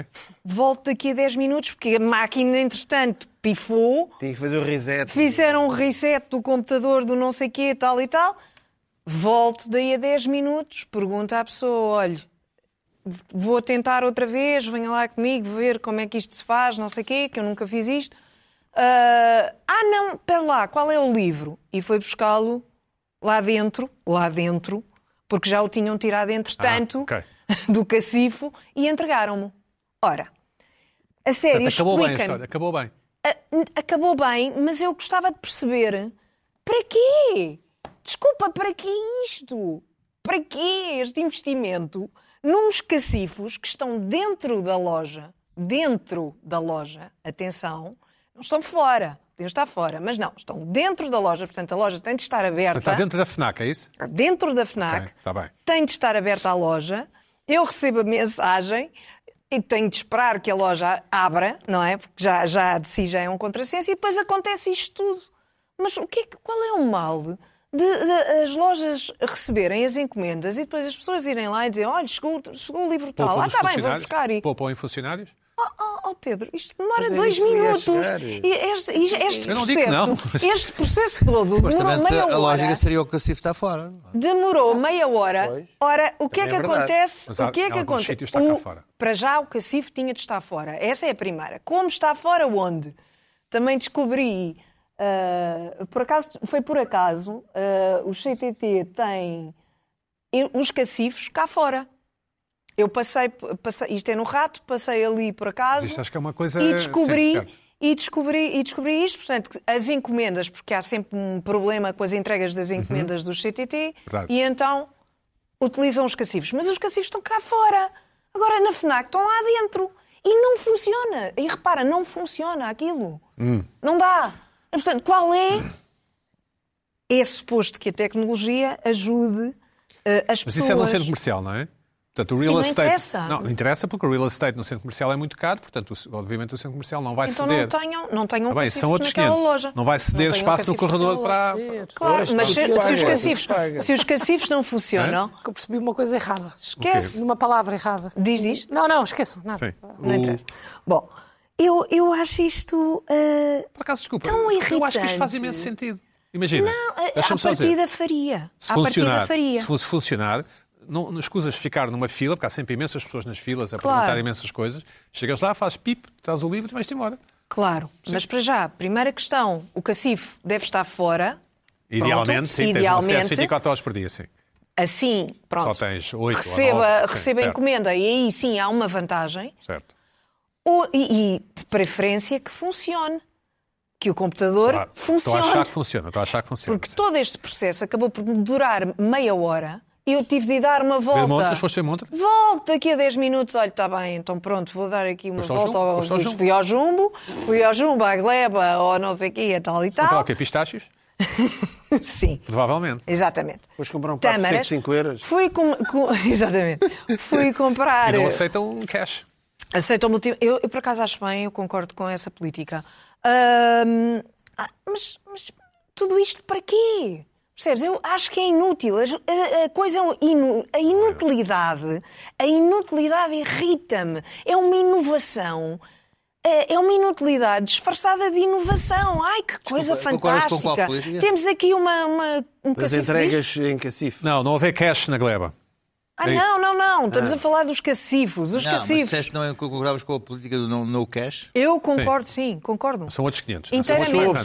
Volte daqui a 10 minutos porque a máquina, entretanto, pifou Tinha que fazer o reset. fizeram um reset do computador do não sei quê, tal e tal. Volto daí a 10 minutos, pergunto à pessoa, olha, vou tentar outra vez, venha lá comigo ver como é que isto se faz, não sei quê, que eu nunca fiz isto. Ah, ah, não, pera lá, qual é o livro? E foi buscá-lo lá dentro, lá dentro, porque já o tinham tirado entretanto Ah, ok. *laughs* do cacifo e entregaram-me. Ora, a sério, Portanto, acabou bem a explica-me. história. Acabou bem. Ah, n- acabou bem, mas eu gostava de perceber para quê? Desculpa, para quê isto? Para quê este investimento nos cacifos que estão dentro da loja? Dentro da loja, atenção, não estão fora. Deus está fora, mas não, estão dentro da loja, portanto a loja tem de estar aberta Está dentro da FNAC, é isso? dentro da FNAC, Ok, tá bem. tem de estar aberta a loja, eu recebo a mensagem e tenho de esperar que a loja abra, não é? Porque já, já de si já é um contrassenso e depois acontece isto tudo. Mas o que é que- qual é o mal de, de- as lojas receberem as encomendas e depois as pessoas irem lá e dizer olha, chegou, chegou o livro tal, ah, Poupam os está bem, vou funcionários? buscar. E, Poupam em funcionários? Oh, oh, oh, Pedro, isto demora Mas é dois isso que eu ia minutos. chegar. E este, e este Eu não digo que processo, não, mas- este processo todo é demorou Supostamente meia hora. a lógica seria o que o Cif está fora. é? Demorou meia hora. Pois. Ora, o que é que Também é verdade. acontece? Mas há- o que é que em alguns acontece? sítios está cá O- fora. Para já o cacifo tinha de estar fora. Essa é a primeira. Como está fora, onde? Também descobri. ah, por acaso, foi por acaso, ah, o CTT tem e- os cacifos cá fora. Eu passei, passei, isto é no rato, passei ali por acaso Isto acho que é uma coisa. e descobri Sim, certo. e descobri e descobri isto portanto que as encomendas porque há sempre um problema com as entregas das encomendas dos CTT Uhum. Verdade. e então utilizam os cacifos mas os cacifos estão cá fora agora na Fnac estão lá dentro e não funciona e repara não funciona aquilo Hum. não dá portanto qual é é suposto que a tecnologia ajude eh, Mas as pessoas isso é no centro comercial, não é? Portanto, o real não estate. interessa. Não, não interessa porque o real estate no centro comercial é muito caro, portanto, o- obviamente o centro comercial não vai então ceder. não tenham não tenham Tá bem, cacifos são outros naquela 500. loja Não vai ceder tenham espaço no cacifros corredor naquela para. Claro, Pois, mas tudo se se, se os paga, cacifros, tudo se paga. se os cacifros não funcionam, Que eu percebi uma coisa errada. esquece. Numa palavra errada. Diz, diz. Não, não, esqueçam. Nada. Sim. Não O- interessa. Bom, Eu, eu acho isto. ah, Por acaso, desculpa, Tão eu acho que isto faz irritante. imenso sentido. Imagina. não, ah, à deixa-me só dizer, partida faria. se à funcionar, partida faria. se fosse funcionar, não, não escusas ficar numa fila, porque há sempre imensas pessoas nas filas a Claro. perguntar imensas coisas. Chegas lá, fazes pip, traz o livro e vais-te embora. Claro. Mas para já, primeira questão: o cacifo deve estar fora. Idealmente, sim, tens um acesso idealmente. 24 horas por dia, sim. Assim, pronto. Só tens oito ou receba, nove, sim, receba a certo. encomenda e aí sim há uma vantagem. Certo. Ou, e, e, de preferência que funcione. Que o computador Claro. Estou a funcione. achar que funciona, estou a achar que funciona. Porque sim. todo este processo acabou por me durar meia hora e eu tive de dar uma volta. Ver montas, foste ver montas? Volto daqui a 10 minutos, olha, está bem, então pronto, vou dar aqui uma Foste ao volta Jumbo? ao Foste ao disco. Jumbo? Fui ao Jumbo, fui ao Jumbo, à Gleba, ou não sei o quê, a tal e Comprar tal. o quê? Pistácios? Sim, Provavelmente. exatamente. Depois comprar um papo de Tâmaras. 105 euros. Fui com... com- *laughs* Exatamente. Fui *laughs* comprar... E não aceitam cash. Aceitam o motivo. Eu, eu, por acaso, acho bem, eu concordo com essa política. Ahm, ah, mas, mas tudo isto para quê? Percebes? Eu acho que é inútil. As- A, a coisa, é um inu- a inutilidade, a inutilidade irrita-me. É uma inovação. É é uma inutilidade disfarçada de inovação. Ai, que coisa Desculpa, concordas com qual fantástica. política? Temos aqui uma, uma, um Das cacifo disto. entregas em Cacife. Não, não haver cash na gleba. Ah, é isso. não, não, não. Estamos a falar dos cacifos. Os Não, mas cacifos. disseste que não concordavas com a política do no, no cash. Eu concordo, sim, concordo. São outros 500. Então, São é outros Sou mesmo. 500.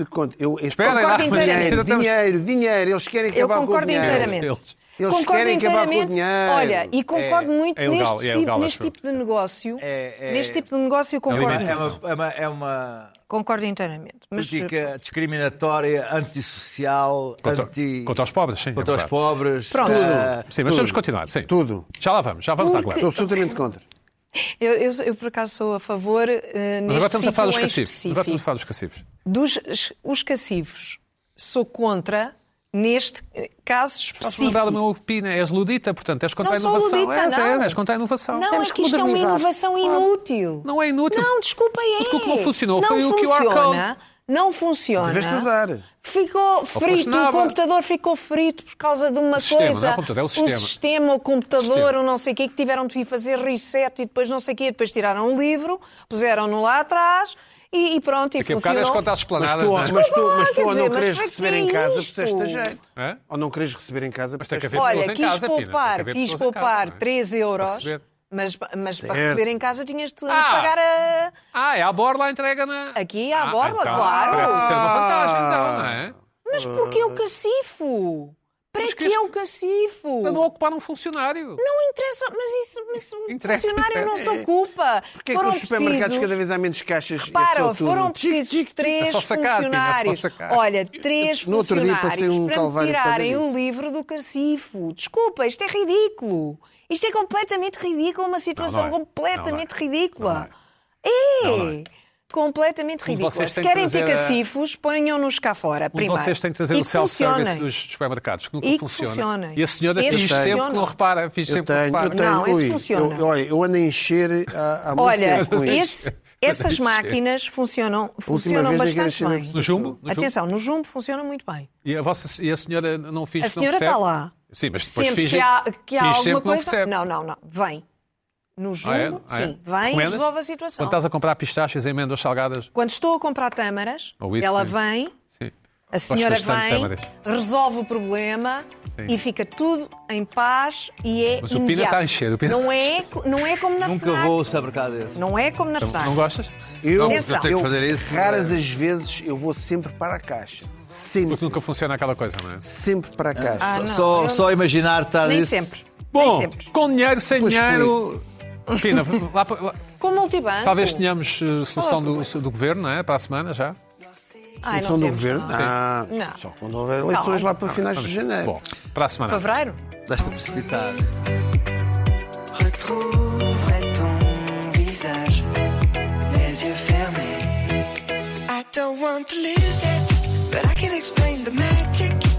absolutamente contra. Eu, eu- Espera aí, lá, Concordo mas inteiramente. ainda dinheiro, estamos- dinheiro, dinheiro. Eles querem Eu acabar com o concordo dinheiro. inteiramente. Eles- eles querem acabar com o dinheiro. Olha, e concordo muito é ilegal, neste, é ilegal, neste acho eu. tipo de negócio. É- é- neste tipo de negócio eu concordo. limite. É uma, é uma, é uma Concordo inteiramente. Mas eh, política discriminatória, antissocial, Contra- anti... contra os pobres, sim, Contra é os verdade. pobres. Pronto. eh, Sim, mas vamos continuar. Sim. Tudo. Já lá vamos, já vamos à gleba. Sou absolutamente contra. eu, eu, eu, por acaso sou a favor eh, neste Mas agora estamos a falar dos sítio em cacifos. Agora estamos a específico. falar dos cacifos. Dos os cassivos. Sou contra neste eh, caso Posso mandar a específico. minha opina? És ludita, portanto, és contra a Não sou inovação. ludita, és, não. és, és contra a inovação. Não, Temos é que que isto é uma modernizar. inovação inútil. Não é inútil. Não, desculpa, é. Porque o que não funcionou Não foi o QR funciona, Code. Não funciona. Deveste azar. Ficou frito, o nada. computador ficou frito por causa de uma sistema, coisa. não é o computador, é o sistema. O sistema, o computador, Sistema. o não sei o quê, que tiveram de ir fazer reset e depois não sei o quê, depois tiraram um livro, puseram-no lá atrás e, e pronto, e Daqui a bocado és funcionou. contra as Mas esplanadas. tu, não é? mas tu, Desculpa lá, mas tu quer ou dizer, não mas queres para receber que em casa, isto? puseste a jeito. Hã? Ou não queres receber em casa, Mas tem que puseste haver pessoas Olha, em quis casa, Pina, tem que poupar, haver quis pessoas em casa, poupar não é? 3 Para euros, receber. mas, mas Certo. para receber em casa tinhas de Ah! pagar a. Ah, é à borla a entrega na... Aqui à Ah, borla, então, claro. Parece-me ser uma vantagem, então, não é? Mas porquê o cacifo? Para Mas que, que é o cacifo? Para não ocupar um funcionário. Não interessa, mas isso, mas o Interessa, funcionário não se interessa. ocupa. Porquê é que foram nos supermercados precisos- cada vez há menos caixas e é Para, só tudo? foram Tic, tic, precisos tic. três É só sacar, Pina, é só funcionários. sacar. Olha, três No outro dia funcionários passei um para me calvário por causa tirarem disso. o livro do cacifo. Desculpa, isto é ridículo. Isto é completamente ridículo, uma situação é. completamente Não, não é. ridícula. é. Completamente ridícula. Um vocês Se têm que querem ter trazer a- cacifos, ponham-nos cá fora. Um de primeiro. vocês tem que trazer E o que self-service funcionem. dos supermercados, que nunca E que funciona. funcionem. E a senhora Esse finge funciona. sempre que não repara, finge Eu sempre que tenho, eu repara. tenho. Não, esse Ui, funciona. Eu, olha, eu ando a encher eh, há, há muito Olha, tempo com isto. esse- *laughs* essas Deixa. máquinas funcionam, funcionam é vez nem quero bastante saber bem. se- No jumbo? No jumbo? Atenção, no jumbo funciona muito bem. E a, vossa, e a senhora não finge A que senhora não percebe? está lá. Sim, mas depois Sempre finge, que há, que há finge alguma sempre que não coisa. percebe. Não, não, não. Vem. No jumbo, Ah, é? Ah, é? sim. Vem e Encomendas? resolve a situação. Quando estás a comprar pistácios, amêndoas salgadas... Quando estou a comprar tâmaras, Ou Oh, isso, ela sim. vem, Sim. a senhora bastante de vem, tâmaras. resolve o problema Sim. e fica tudo em paz e é Mas o Pina está a encher, o Pina não, está a é, co- não é como na Nunca FNAC. vou ao supermercado desse. Não é como na FNAC. Não gostas? Eu, Não, eu tenho que eh, fazer isso, Raras as vezes eu vou sempre para a caixa. Porque *laughs* Sempre, nunca funciona aquela coisa, não é? sempre para a caixa. Ah, Só- não, só, eu- só imaginar estar Nem nesse- sempre. Nem Bom, sempre. com dinheiro, sem Pois dinheiro... Pina, lá para- lá- Com multibanco. talvez tenhamos eh, solução Qual é o do, do governo, não é? Para a semana já. Ai, não Solução do temos, governo? não. Ah, Não. só quando houver eleições Não, lá para finais tá de janeiro. Bom, para a semana. Fevereiro? Estás-te a precipitar. Retrouverai ton visage, les yeux fermés. I don't want to lose it, but I can explain the magic.